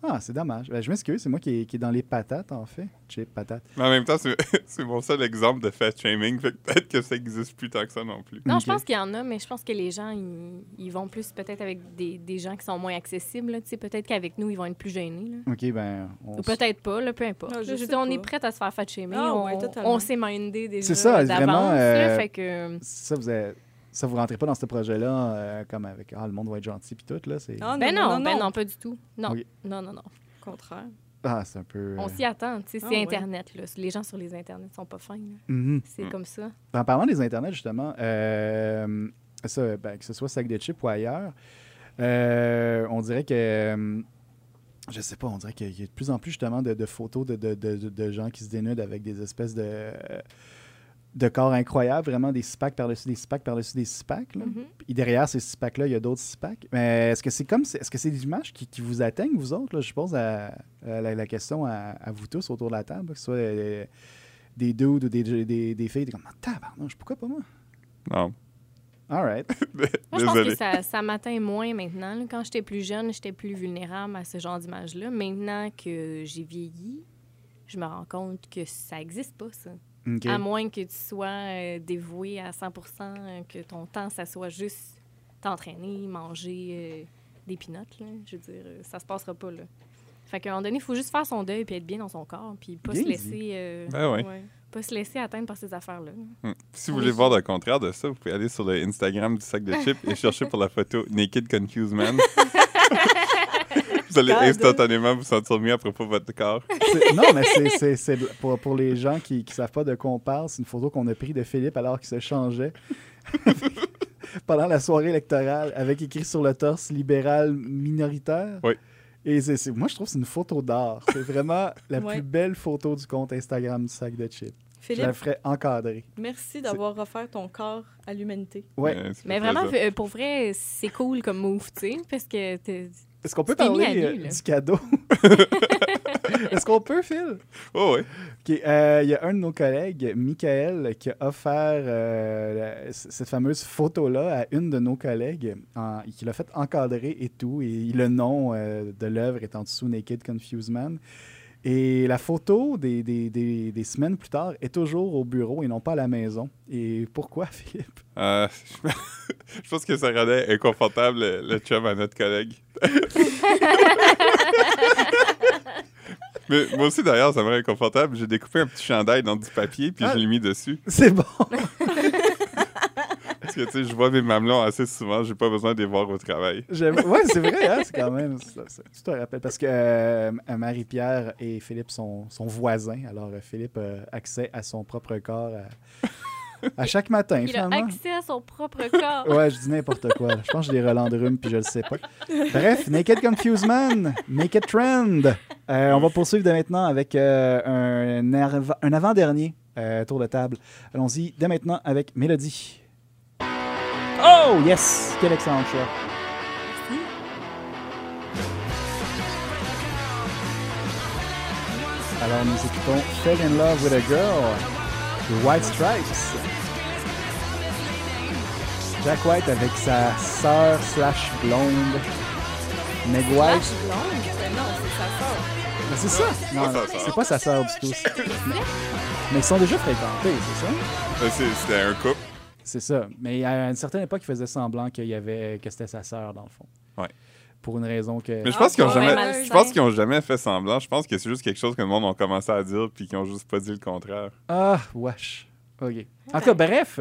S2: Ah, c'est dommage. Ben, je m'excuse, c'est moi qui est, qui est dans les patates, en fait. Chip, patate.
S1: Mais en même temps, c'est c'est mon seul exemple de fat shaming. Fait que peut-être que ça existe plus tant que ça non plus.
S4: Non,
S2: Ok.
S4: je pense qu'il y en a, mais je pense que les gens, ils, ils vont plus peut-être avec des, des gens qui sont moins accessibles. là, tu sais, Peut-être qu'avec nous, ils vont être plus gênés. là.
S2: OK, ben. on
S4: Ou
S2: s-
S4: peut-être pas, là, peu importe.
S3: Ah, je
S4: Là, je veux
S3: sais
S4: dire, on
S3: pas.
S4: est prête à se faire fat shamer.
S3: Ah,
S4: on
S3: ouais, totalement.
S4: on s'est mindé déjà.
S2: C'est ça,
S4: d'avance,
S2: vraiment,
S4: là,
S2: euh,
S4: fait que,
S2: ça, vous avez- ça, vous rentrez pas dans ce projet-là, euh, comme avec Ah, le monde va être gentil, puis tout, là. C'est...
S3: Ah,
S4: ben non, ben non, pas du tout. Non,
S2: Ok. Euh.
S4: non, non, non.
S3: Au contraire.
S2: Ah, c'est un peu.
S4: On
S2: euh,
S4: s'y attend. tu sais, C'est
S3: Ah, ouais.
S4: Internet. Là. Les gens sur les Internets sont pas fins. là.
S2: mhm.
S4: C'est
S1: Mm.
S4: comme ça.
S2: En parlant des internets, justement, euh, ça, ben, que ce soit sac de chips ou ailleurs, euh, on dirait que. euh, je sais pas, on dirait qu'il y a de plus en plus, justement, de, de photos de, de- de- de gens qui se dénudent avec des espèces de. de corps incroyables, vraiment des six packs par-dessus des six packs par-dessus des six packs. là.
S4: Mhm.
S2: Puis derrière ces six packs-là, il y a d'autres six packs. Mais est-ce que c'est comme. Est-ce que c'est des images qui, qui vous atteignent, vous autres? là? Je pose à- à la, la question à, à vous tous autour de la table, que ce soit euh, des dudes ou des, des, des filles. T'es comme, Ah, tabarnouche, pourquoi pas moi?
S1: Non.
S2: All right.
S4: Moi, je pense
S1: Désolé.
S4: que ça, ça m'atteint moins maintenant. là. Quand j'étais plus jeune, j'étais plus vulnérable à ce genre d'image-là. Maintenant que j'ai vieilli, je me rends compte que ça n'existe pas, ça.
S2: OK.
S4: À moins que tu sois euh, dévoué à 100 euh, que ton temps, ça soit juste t'entraîner, manger euh, des pinottes. là. Je veux dire, euh, ça se passera pas, là. Fait qu'à un moment donné, il faut juste faire son deuil puis être bien dans son corps, puis pas
S2: Bien
S4: se
S2: dit.
S4: laisser, euh,
S1: Ben ouais.
S3: Ouais.
S4: pas se laisser atteindre par ces affaires-là.
S1: Hmm. Si vous voulez voir le contraire de ça, vous pouvez aller sur le Instagram du sac de chips et chercher pour la photo Naked Confused Man. vous allez instantanément vous sentir mieux à propos de votre corps.
S2: C'est- non, mais c'est, c'est- c'est de- pour, pour les gens qui ne savent pas de quoi on parle, c'est une photo qu'on a prise de Philippe alors qu'il se changeait pendant la soirée électorale avec écrit sur le torse libéral minoritaire.
S1: Oui.
S2: Et c'est, c'est- moi, je trouve que c'est une photo d'art. C'est vraiment la
S3: Ouais.
S2: plus belle photo du compte Instagram du sac de chips. Je la
S3: Philippe,
S2: ferais encadrer.
S3: merci d'avoir offert ton corps à l'humanité.
S2: Ouais.
S1: Euh, ça fait
S4: Mais vraiment,
S1: plaisir.
S4: euh, pour vrai, c'est cool comme move, tu sais, parce que t'es-
S2: Est-ce qu'on peut
S4: Tu t'es mis
S2: parler
S4: à nu,
S2: euh,
S4: là.
S2: du cadeau? Est-ce qu'on peut, Phil?
S1: Oh, ouais.
S2: OK, euh, il y a un de nos collègues, Michael, qui a offert euh, la- c- cette fameuse photo-là à une de nos collègues, en- qui l'a fait encadrer et tout, et le nom euh, de l'œuvre est en dessous Naked Confused Man. Et la photo des, des- des- des semaines plus tard est toujours au bureau et non pas à la maison. Et pourquoi, Philippe?
S1: Euh, je pense que ça rendait inconfortable le, le chum à notre collègue. Mais moi aussi, d'ailleurs, ça me rend inconfortable. J'ai découpé un petit chandail dans du papier puis
S2: Ah.
S1: je l'ai mis dessus.
S2: C'est bon!
S1: Parce que, tu sais, je vois mes mamelons assez souvent. J'ai pas besoin de les voir au travail.
S2: J'aime- Ouais, c'est vrai, hein, c'est quand même. ça- ça- tu te rappelles. Parce que euh, Marie-Pierre et Philippe sont, sont voisins. Alors, euh, Philippe a accès à son propre corps à, à chaque matin,
S4: il a
S2: finalement.
S4: accès à son propre corps.
S2: Ouais, je dis n'importe quoi. là. Je pense que j'ai des relents de rhume puis je le sais pas. Bref, Naked Confuse Man, Naked Trend. Euh, on va poursuivre de maintenant avec euh, un, arv- un avant-dernier euh, tour de table. Allons-y dès maintenant avec Mélodie. Oh yes! Quel excellent choix! Alors nous écoutons Fell in Love with a Girl, The White Stripes. Jack White avec sa sœur slash blonde, Meg
S4: Ah,
S2: White.
S4: je suis blonde. Ben non, c'est sa sœur.
S2: Mais c'est ça! Non, non,
S1: sa sœur.
S2: c'est pas sa sœur du tout. Mais, mais ils sont déjà fréquentés, c'est ça?
S1: Euh, c'est- C'était un couple.
S2: C'est ça. Mais à une certaine époque, il faisait semblant qu'il y avait, que c'était sa sœur, dans le fond.
S1: Ouais.
S2: Pour une raison que.
S1: Mais je pense qu'ils ont
S4: Ah,
S1: jamais,
S4: malsain.
S1: je pense qu'ils ont jamais fait semblant. Je pense que c'est juste quelque chose que le monde a commencé à dire puis qu'ils ont juste pas dit le contraire.
S2: Ah, wesh. OK. En tout cas, bref,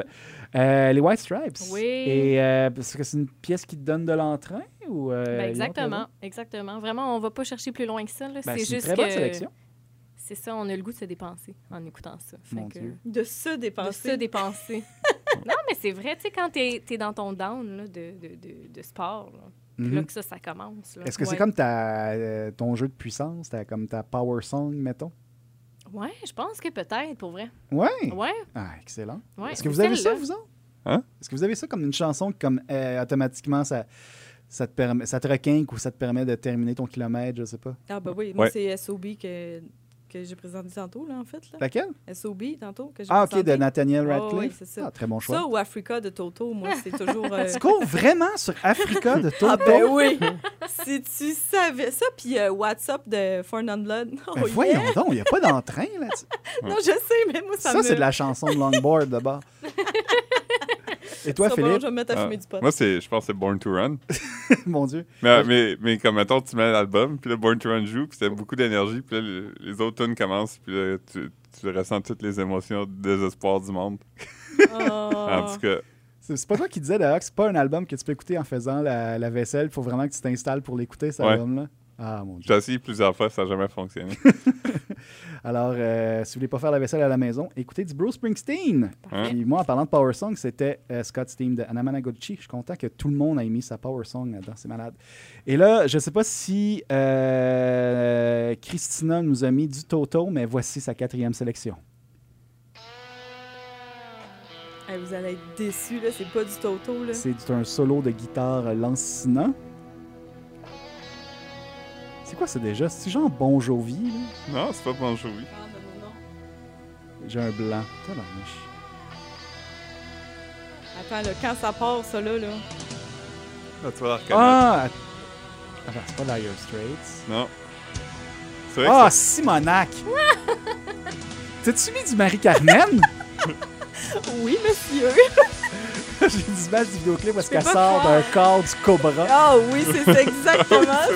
S2: euh, les White Stripes.
S4: Oui.
S2: Et euh, parce que c'est une pièce qui te donne de l'entrain ou. euh,
S4: Ben,
S2: une autre
S4: exactement,
S2: raison?
S4: exactement. Vraiment, on va pas chercher plus loin que ça. là.
S2: Ben,
S4: c'est
S2: c'est une
S4: juste
S2: très bonne
S4: que-
S2: sélection.
S4: C'est ça, on a le goût de se dépenser en écoutant ça. Fait
S2: Mon
S4: que-
S2: Dieu.
S3: De se
S4: De
S3: dépenser.
S4: se dépenser. non, mais c'est vrai, tu sais, quand t'es es dans ton down là, de, de, de, de sport, là, puis là
S2: Mhm.
S4: que ça, ça commence. là.
S2: Est-ce que c'est
S4: Ouais.
S2: comme ta, euh, ton jeu de puissance, ta, comme ta power song, mettons?
S4: Ouais, je pense que peut-être, pour vrai.
S2: Ouais.
S4: Ouais,
S2: Ah, excellent.
S4: ouais.
S2: Est-ce que vous avez ça,
S4: Celle-là.
S2: vous autres?
S1: Hein?
S2: Est-ce que vous avez ça comme une chanson qui, comme euh, automatiquement, ça, ça, te permet, ça te requinque ou ça te permet de terminer ton kilomètre, je sais pas?
S3: Ah, bah oui, moi,
S1: Ouais.
S3: c'est SOB que, que que j'ai présenté tantôt, là, en fait. Là.
S2: Laquelle?
S3: SOB, tantôt, que j'ai
S2: Ah, OK,
S3: présenté.
S2: de Nathaniel
S3: Oh, oui,
S2: Radcliffe.
S3: c'est ça.
S2: ah, très bon choix.
S3: Ça ou Africa de Toto, moi, c'est toujours... euh,
S2: Tu cours vraiment sur Africa de Toto?
S3: Ah ben oui! si tu savais ça, puis euh, What's Up de For Non Blood. Oh,
S2: Ben
S3: yeah.
S2: voyons donc, il n'y a pas d'entrain là-dessus.
S3: Non, je sais, mais moi, ça,
S2: Ça,
S3: me...
S2: c'est de la chanson de Longboard d'abord. Et toi,
S3: Ça, bon,
S2: Philippe?
S3: je vais me mettre à
S1: Ah,
S3: fumer du pot.
S1: Moi, c'est, je pense que c'est Born to Run.
S2: Mon Dieu.
S1: Mais, mais, mais comme, mettons, tu mets l'album, puis là, Born to Run joue, puis t'as beaucoup d'énergie, puis là, le- les autres tunes commencent, puis là, tu, tu ressens toutes les émotions de désespoir du monde. En
S3: Ah.
S1: tout cas,
S2: C'est c'est pas toi qui disais d'ailleurs que c'est pas un album que tu peux écouter en faisant la, la vaisselle. Il faut vraiment que tu t'installes pour l'écouter, cet
S1: Ouais.
S2: album-là. Ah, mon Dieu.
S1: j'ai essayé plusieurs fois, ça n'a jamais fonctionné.
S2: Alors, euh, si vous voulez pas faire la vaisselle à la maison, écoutez du Bruce Springsteen.
S1: Hein?
S2: Puis moi, en parlant de Power Song, c'était euh, Scott's Team de Anna Managuchi. Je suis content que tout le monde ait mis sa Power Song là-dedans. C'est malade. Et là, je sais pas si euh, Christina nous a mis du Toto, mais voici sa quatrième sélection.
S3: Eh, vous allez être déçus, là, c'est pas du Toto, là.
S2: C'est un solo de guitare euh, lancinant. C'est quoi ça déjà? C'est genre Bon Jovi? là?
S1: non, c'est pas Bon Jovi.
S3: Ah, ben non, non.
S2: J'ai un blanc. Tabarnouche.
S3: Attends, là, quand ça part, ça, là, là.
S1: Là, tu vas la reconnaître.
S2: Ah! att- Attends, c'est pas Dire Straits.
S1: Non. C'est vrai
S2: Ah,
S1: que
S2: Simonac! T'as-tu mis du Marie-Carmen?
S3: Oui, monsieur!
S2: J'ai des images du vidéoclip parce
S3: peux
S2: qu'elle
S3: pas
S2: sort d'un corps du cobra.
S3: Ah oui, c'est ça, exactement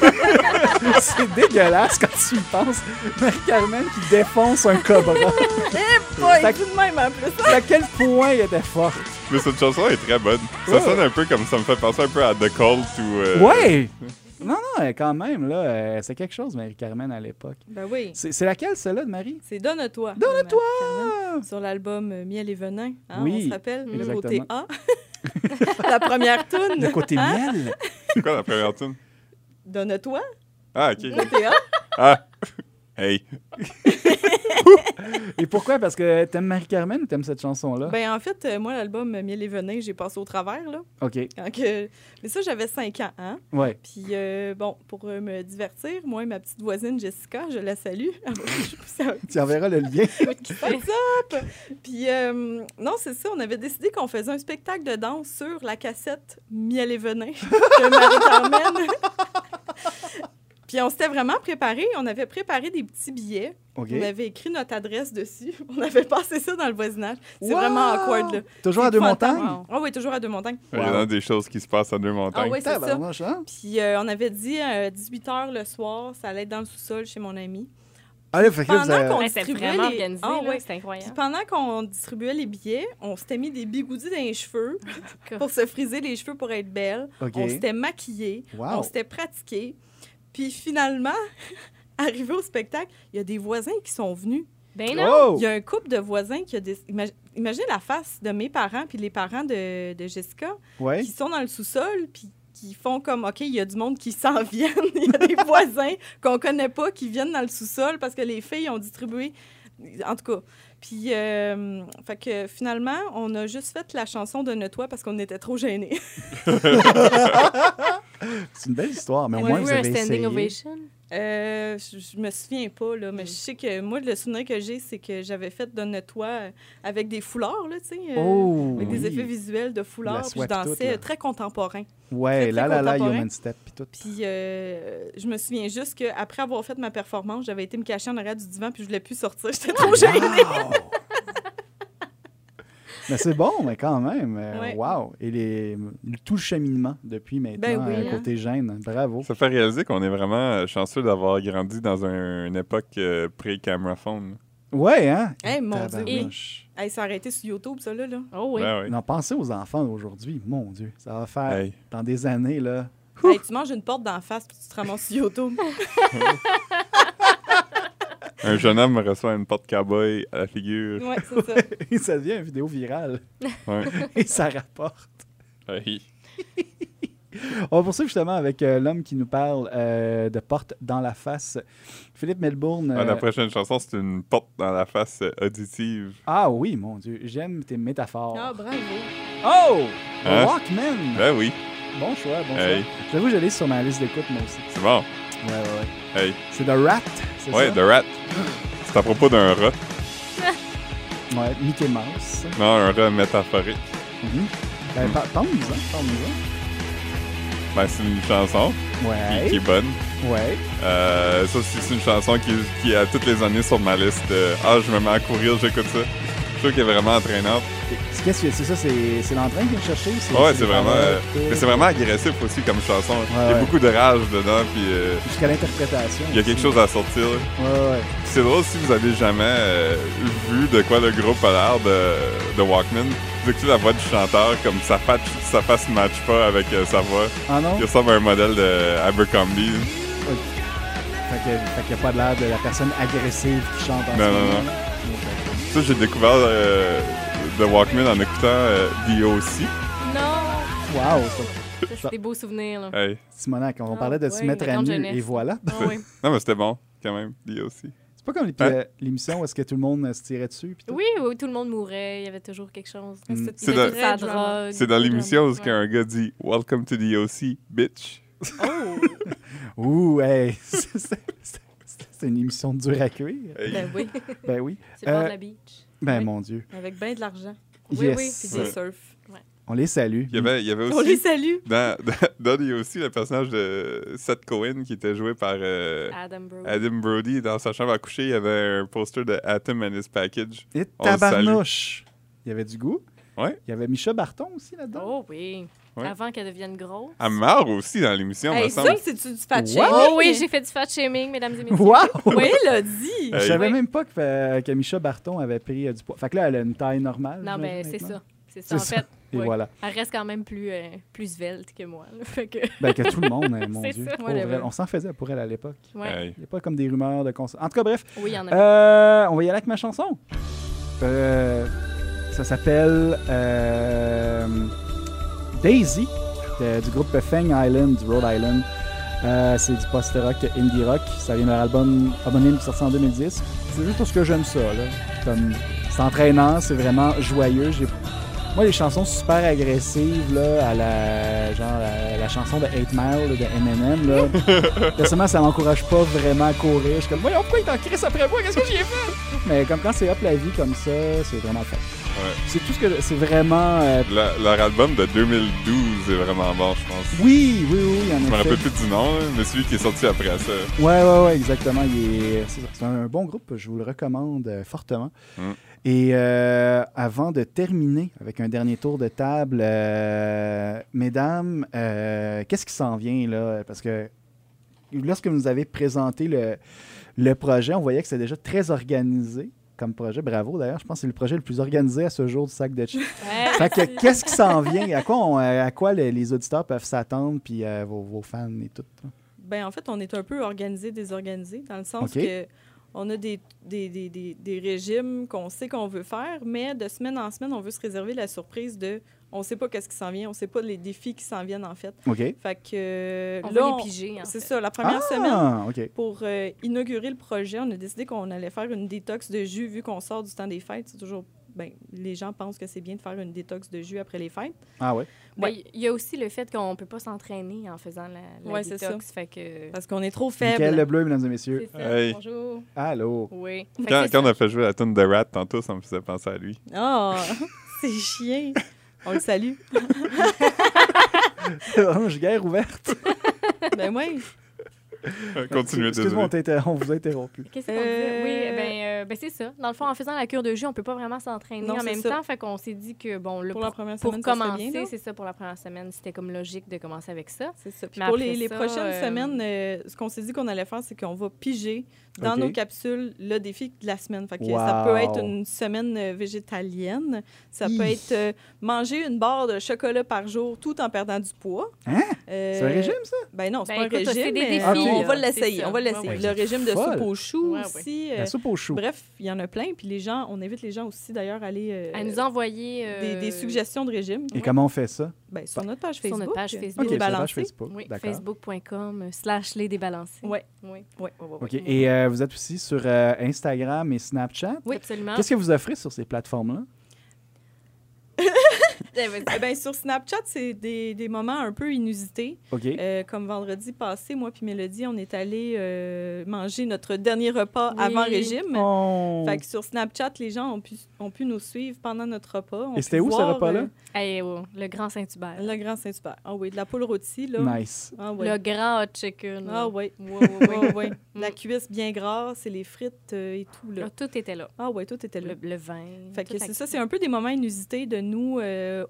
S1: c'est vrai.
S2: C'est dégueulasse quand tu y penses. Marie-Carmen qui défonce un cobra.
S3: pas
S2: Fait-
S3: tout de même en plus.
S2: à quel point il était fort.
S1: Mais cette chanson est très bonne. Ça
S2: Ouais.
S1: sonne un peu comme ça me fait penser un peu à The Cold ou. euh,
S2: Ouais! Non, non, euh, quand même, là, euh, c'est quelque chose, Marie-Carmen, à l'époque.
S3: Ben oui,
S2: C'est c'est laquelle, celle-là, de Marie?
S3: c'est Donne-toi.
S2: Donne-toi!
S3: Carmen, Sur l'album euh, Miel et Venin, hein,
S2: Oui,
S3: on se rappelle, le
S2: exactement.
S3: côté A. La première toune.
S2: Le côté
S3: Hein?
S2: miel?
S1: C'est quoi la première tune?
S3: Donne-toi,
S1: Ah, ok.
S3: côté A.
S1: Ah! Hey!
S2: Et pourquoi? Parce que t'aimes Marie-Carmen ou t'aimes cette chanson-là?
S3: Ben en fait, euh, moi, l'album euh, Miel et Venin, j'ai passé au travers, là.
S2: OK,
S3: Quand que- Mais ça, j'avais 5 ans, hein.
S2: ouais.
S3: Puis, euh, bon, pour euh, me divertir, moi et ma petite voisine Jessica, je la salue. Elle va- je pousse un
S2: Tu enverras le lien.
S3: What's up? Puis, euh, non, c'est ça, on avait décidé qu'on faisait un spectacle de danse sur la cassette Miel et Venin de Marie-Carmen. Puis, on s'était vraiment préparé. On avait préparé des petits billets.
S2: OK.
S3: On avait écrit notre adresse dessus. On avait passé ça dans le voisinage. C'est vraiment
S2: Wow!
S3: awkward, là.
S2: Toujours à deux
S3: Épouvantable.
S2: montagnes?
S3: Ah oui, toujours à deux montagnes.
S1: Il y a des choses qui se passent à deux
S3: Ah
S1: montagnes.
S3: oui, c'est ça.
S2: Tabarnouche, hein?
S3: Puis euh, on avait dit à 18 h le soir, ça allait être dans le sous-sol chez mon ami.
S2: Ah, là, fait que là, vous
S3: Pendant
S2: avez-
S3: qu'on-
S4: Ouais, c'est
S3: distribuait
S4: vraiment
S3: les-
S4: organisé,
S3: Ah,
S4: là,
S3: ouais.
S4: c'est
S3: Puis
S4: incroyable.
S3: pendant qu'on distribuait les billets, on s'était mis des bigoudis dans les cheveux
S4: God.
S3: pour se friser les cheveux pour être belle.
S2: OK.
S3: On s'était maquillée, on
S2: Wow.
S3: s'était pratiqué. Puis finalement, arrivé au spectacle, il y a des voisins qui sont venus.
S4: Ben non!
S2: Oh!
S3: Il y a un couple de voisins qui a des... imag- Imaginez la face de mes parents puis les parents de, de Jessica.
S2: Ouais.
S3: qui sont dans le sous-sol, puis qui font comme, OK, il y a du monde qui s'en viennent, il y a des voisins qu'on connaît pas qui viennent dans le sous-sol parce que les filles ont distribué, en tout cas. Puis, euh, fait que finalement, on a juste fait la chanson de Ne Toi parce qu'on était trop gênés.
S2: C'est une belle histoire, mais au moins,
S4: Avez-vous
S2: vous
S4: eu un
S2: avez
S4: standing
S2: essayé.
S4: ovation?
S3: Euh, je, je me souviens pas, là, mais
S2: Mm.
S3: je sais que moi, le souvenir que j'ai, c'est que j'avais fait Donne Toi euh, avec des foulards, là, tu sais. euh,
S2: Oh,
S3: Avec des
S2: oui.
S3: effets visuels de foulards, puis je
S2: soie, puis tout,
S3: dansais
S2: là.
S3: euh, très contemporain.
S2: Ouais,
S3: très
S2: là, là, là,
S3: contemporain.
S2: Human Step, puis tout.
S3: Puis euh, je me souviens juste qu'après avoir fait ma performance, j'avais été me cacher en arrière du divan puis je voulais plus sortir. J'étais trop gênée.
S2: Wow! mais c'est bon, mais quand même. euh,
S3: Ouais.
S2: Wow! Et les, tout le cheminement depuis maintenant,
S3: Ben oui,
S2: euh,
S3: hein.
S2: côté gêne. Bravo.
S1: Ça fait réaliser qu'on est vraiment euh, chanceux d'avoir grandi dans un- une époque euh, pré-camera phone.
S2: Ouais, hein?
S3: Eh, mon Dieu.
S2: Tabarnouche.
S3: Hey, ça a arrêté sur YouTube, ça, là. là.
S4: Oh oui.
S1: Ben oui.
S2: Non, pensez aux enfants aujourd'hui. Mon Dieu, ça va faire
S1: Hey.
S2: dans des années, là.
S3: Hey, tu manges une porte d'en face puis tu te ramasses sur YouTube.
S1: Un jeune homme reçoit une porte cowboy à la figure.
S3: ouais, c'est ça.
S2: Et ça devient une vidéo virale.
S1: Ouais.
S2: Et ça rapporte.
S1: Hey.
S2: On va poursuivre justement avec euh, l'homme qui nous parle euh, de porte dans la face. Philippe Melbourne.
S1: Ah,
S2: euh,
S1: la prochaine chanson, c'est une porte dans la face euh, auditive.
S2: Ah oui, mon Dieu, j'aime tes métaphores.
S3: Ah, bravo.
S2: Oh! The
S1: Hein?
S2: Walkman!
S1: Ben oui,
S2: Bon choix, bon
S1: Hey.
S2: choix. J'avoue, je l'ai sur ma liste d'écoute, moi aussi.
S1: c'est bon.
S2: Ouais, ouais, ouais.
S1: Hey.
S2: C'est The Rat, c'est
S1: Ouais,
S2: ça?
S1: The Rat. C'est à propos d'un rat.
S2: Ouais, Mickey Mouse.
S1: Non, un rat métaphorique.
S2: Mhm.
S1: Hmm.
S2: Ben, par- parle-nous-en, parle-nous-en.
S1: Ben, c'est une chanson qui-
S2: Ouais,
S1: qui est bonne.
S2: ouais.
S1: Euh, ça, c'est c'est une chanson qui, qui est à toutes les années sur ma liste. euh, ah, je me mets à courir, j'écoute ça. Je trouve qu'elle est vraiment entraînante.
S2: C'est- Qu'est-ce que c'est ça? C'est c'est l'entrain que vient chercher?
S1: ouais, c'est
S2: les
S1: vraiment,
S2: paroles,
S1: euh,
S2: tout.
S1: mais c'est vraiment agressif aussi comme chanson. il y a
S2: ouais.
S1: beaucoup de rage dedans, puis euh,
S2: Jusqu'à l'interprétation.
S1: il y a quelque
S2: aussi.
S1: chose à sortir. là.
S2: Ouais, ouais.
S1: Puis C'est drôle si vous avez jamais euh, vu de quoi le groupe a l'air de, de Walkman. Vous écoutez la voix du chanteur, comme sa face, sa face match pas avec euh, sa voix.
S2: Ah non?
S1: Il ressemble à un modèle de Abercrombie.
S2: Fait que- fait qu'il n'y a pas de l'air de la personne agressive qui chante en ce
S1: Non,
S2: moment.
S1: non, non. Ça, j'ai découvert euh, de Walkman en écoutant euh, The O.C.
S4: Non!
S2: Wow, euh, ça- Euh,
S4: Ça, c'est des beaux souvenirs, là.
S1: Hey.
S2: Simonac, on
S4: Ah,
S2: parlait de se
S4: ouais,
S2: mettre à
S4: mettons
S2: nu,
S4: jeunesse.
S2: et voilà.
S4: Ah oui.
S1: Non, mais c'était bon, quand même, The O.C.
S2: C'est pas comme les- euh,
S1: Hein?
S2: l'émission où est-ce que tout le monde euh, se tirait dessus. puis tout.
S4: Oui, oui, tout le monde mourait. Il y avait toujours quelque chose.
S2: Mm.
S4: C'était-
S1: C'est
S4: il y avait
S1: de-
S4: de la
S3: Red Drum.
S4: drogue.
S1: C'est dans l'émission où
S4: Ouais.
S1: un gars dit « Welcome to The O.C., bitch
S4: Oh!
S2: Ouh, hey! c'est- c'est c'est- c'est une émission dure à cuire. ».
S1: Hey.
S4: ben oui.
S2: Ben oui.
S4: C'est le bord
S2: Euh,
S4: de la beach.
S2: Ben
S3: Oui.
S2: mon Dieu.
S3: Avec bien de l'argent.
S4: Oui, oui.
S2: Yes.
S3: Puis
S1: Ouais.
S3: des surf.
S2: On les salue.
S1: Il y avait, il y avait
S3: On les
S1: aussi...
S3: salue.
S1: Dans, dans, dans The O.C., le personnage de Seth Cohen qui était joué par... euh,
S4: Adam Brody.
S1: Adam Brody, dans sa chambre à coucher, il y avait un poster de Atom and his package.
S2: Et
S1: On le salue.
S2: tabarnouche! Il y avait du goût.
S1: Ouais.
S2: Il y avait Micha Barton aussi là-dedans.
S4: Oh oui.
S1: Ouais.
S4: Avant qu'elle devienne grosse.
S1: Elle meurt aussi dans l'émission, me
S3: Hey, ça,
S1: semble.
S3: c'est-tu du fat
S2: What?
S3: shaming?
S4: Oh oui, j'ai fait du fat shaming, mesdames et messieurs.
S2: Wow!
S3: Oui, l'a dit.
S2: Je savais
S4: Oui.
S2: même pas que, euh, que Micha Barton avait pris euh, du poids. Fait que là, elle a une taille normale.
S4: Non, ben
S2: j'imagine,
S4: c'est
S2: maintenant.
S4: ça. C'est ça. En
S2: C'est ça.
S4: fait,
S2: Et
S4: oui.
S2: voilà.
S4: elle reste quand même plus, euh, plus svelte que moi. là. Fait que,
S2: Ben que tout le monde, hein, mon
S4: C'est
S2: Dieu.
S4: ça.
S2: Pauvre
S4: Whatever.
S2: elle. On s'en faisait pour elle à l'époque.
S4: ouais.
S1: Hey.
S2: Il n'y a pas comme des rumeurs de concert. En tout cas, bref,
S4: Oui, il y en a.
S2: euh, on va y aller avec ma chanson. Euh, ça s'appelle euh, Daisy de- du groupe Fang Island, du Rhode Island. Euh, c'est du post-rock, indie rock. Ça vient de leur album homonyme sorti en 2010. C'est juste parce que j'aime ça. là. Comme, c'est entraînant, c'est vraiment joyeux. J'ai- Moi, les chansons super agressives, là, à la, genre, la, la chanson de 8 Mile là, de Eminem, là, Personnellement, ça m'encourage pas vraiment à courir. Je suis comme, voyons, pourquoi il est en crise après moi? Qu'est-ce que j'y ai fait? Mais comme quand c'est hop la vie comme ça, c'est vraiment fait. C'est tout ce que. C'est vraiment. euh,
S1: Le- leur album de 2012 est vraiment bon, je pense.
S2: Oui, oui, oui, en
S1: Je me
S2: effet.
S1: rappelle plus du nom, là, mais celui qui est sorti après ça.
S2: Ouais, ouais, ouais, exactement. Il est- C'est ça. C'est un bon groupe, je vous le recommande euh, fortement.
S1: Mm.
S2: Et euh, avant de terminer avec un dernier tour de table, euh, mesdames, euh, qu'est-ce qui s'en vient là? Parce que lorsque vous nous avez présenté le, le projet, on voyait que c'était déjà très organisé comme projet. Bravo d'ailleurs, je pense que c'est le projet le plus organisé à ce jour du sac de chips.
S4: Ouais,
S2: Fait que qu'est-ce qui s'en vient? À quoi, on- euh, à quoi les, les auditeurs peuvent s'attendre, puis euh, vos, vos fans et tout? là?
S3: Ben, en fait, on est un peu organisé, désorganisé, dans le sens
S2: OK.
S3: que on a des, des, des- des- des régimes qu'on sait qu'on veut faire, mais de semaine en semaine, on veut se réserver la surprise de on sait pas qu'est-ce qui s'en vient, on sait pas les défis qui s'en viennent, en fait.
S2: OK.
S3: Fait que euh,
S4: on
S3: là,
S4: va
S3: on-
S4: les piger. en
S3: c'est
S4: fait.
S3: ça, la première semaine,
S2: Ah, OK.
S3: pour euh, inaugurer le projet, on a décidé qu'on allait faire une détox de jus vu qu'on sort du temps des fêtes. C'est toujours. Ben, les gens pensent que c'est bien de faire une détox de jus après les fêtes.
S2: Ah ouais.
S4: Ben, Il y a aussi le fait qu'on peut pas s'entraîner en faisant la, la
S3: Ouais, c'est
S4: détox. Fait que...
S3: Parce qu'on est trop
S2: Michael
S3: faible.
S2: Lebleu, mesdames et messieurs.
S4: C'est ça.
S1: Hey.
S4: Bonjour.
S2: Allô.
S4: Oui. Fait que
S1: Quand,
S4: c'est
S1: quand on
S4: ça.
S1: a fait jouer la tune de Rat tantôt, ça me faisait penser à lui.
S3: Ah, c'est chien. On le salue.
S2: Orange guerre ouverte.
S3: Ben oui.
S1: Continuez,
S2: Excuse-moi,
S1: désolé.
S2: on, t'inter- on vous a interrompu.
S4: Qu'est-ce qu'on disait?
S3: Euh,
S4: Oui, ben, euh, ben, c'est ça. Dans le fond, en faisant la cure de jus, on peut pas vraiment s'entraîner
S3: Non,
S4: en
S3: c'est
S4: même
S3: ça.
S4: temps. Fait qu'on s'est dit que, bon, là,
S3: Pour la première
S4: pour
S3: semaine, ça serait
S4: commencer,
S3: bien, là.
S4: c'est ça, pour la première semaine, c'était comme logique de commencer avec ça.
S3: C'est ça. Puis
S4: Mais
S3: pour
S4: après
S3: les, les
S4: ça,
S3: prochaines
S4: euh,
S3: semaines, euh, ce qu'on s'est dit qu'on allait faire, c'est qu'on va piger dans
S2: OK.
S3: nos capsules le défi de la semaine. Fait que Ça peut
S2: Wow.
S3: être une semaine euh, végétalienne. Ça
S2: Hi.
S3: peut être euh, manger une barre de chocolat par jour tout en perdant du poids.
S2: Hein?
S3: Euh,
S2: C'est un régime, ça?
S3: Ben non, c'est
S4: Ben,
S3: pas
S4: écoute,
S3: un
S4: c'est
S3: régime,
S4: des
S3: mais
S4: défis,
S3: on
S4: là.
S3: va
S4: C'est
S3: l'essayer.
S4: ça.
S3: On va
S4: Ouais,
S3: l'essayer.
S4: ouais.
S3: Le régime de
S2: Folle.
S3: soupe aux choux
S4: Ouais, ouais.
S3: aussi. euh,
S2: La soupe aux choux.
S3: bref, il y en a plein. Puis les gens, on invite les gens aussi d'ailleurs à aller euh,
S4: À nous envoyer
S3: des,
S4: euh,
S3: des suggestions de régime
S2: Et comment on fait ça?
S3: ben, sur notre page
S4: sur
S3: Facebook.
S4: notre page
S2: Bah, OK,
S4: Facebook.
S3: Facebook.
S2: sur la page
S3: Débalancé.
S2: Facebook.
S4: Oui,
S2: D'accord.
S4: facebook.com euh, slash les débalancés.
S3: Ouais.
S4: Oui,
S3: Ouais, ouais, ouais, ouais.
S2: OK. Et euh, vous êtes aussi sur euh, Instagram et Snapchat.
S3: hein.
S4: oui. absolument.
S2: Qu'est-ce que vous offrez sur ces plateformes-là?
S4: Eh, vas-y.
S3: Eh ben, sur Snapchat, c'est des, des moments un peu inusités.
S2: OK.
S3: Euh, comme vendredi passé, moi puis Mélodie, on est allé euh, manger notre dernier repas
S4: Oui.
S3: avant régime.
S2: Oh.
S3: Fait que sur Snapchat, les gens ont pu, ont pu nous suivre pendant notre repas. ont
S2: Et
S3: pu
S2: c'était où, ce
S3: voir,
S2: repas-là?
S3: euh,
S4: Eh, oh, le grand Saint-Hubert.
S3: le Grand Saint-Hubert. Ah oui, de la poule rôtie, là.
S2: Nice.
S3: Ah oui.
S4: Le grand hot chicken.
S3: Ah
S4: là.
S3: oui.
S4: Ouais, ouais, ouais.
S3: Ouais, ouais. La
S4: Mm.
S3: cuisse bien grasse et les frites euh, et tout, là.
S4: Là, tout était là.
S3: Ah ouais, tout était là.
S4: Le, le vin.
S3: Fait que
S4: tout
S3: c'est
S4: acquis.
S3: ça, c'est un peu des moments inusités de nous euh,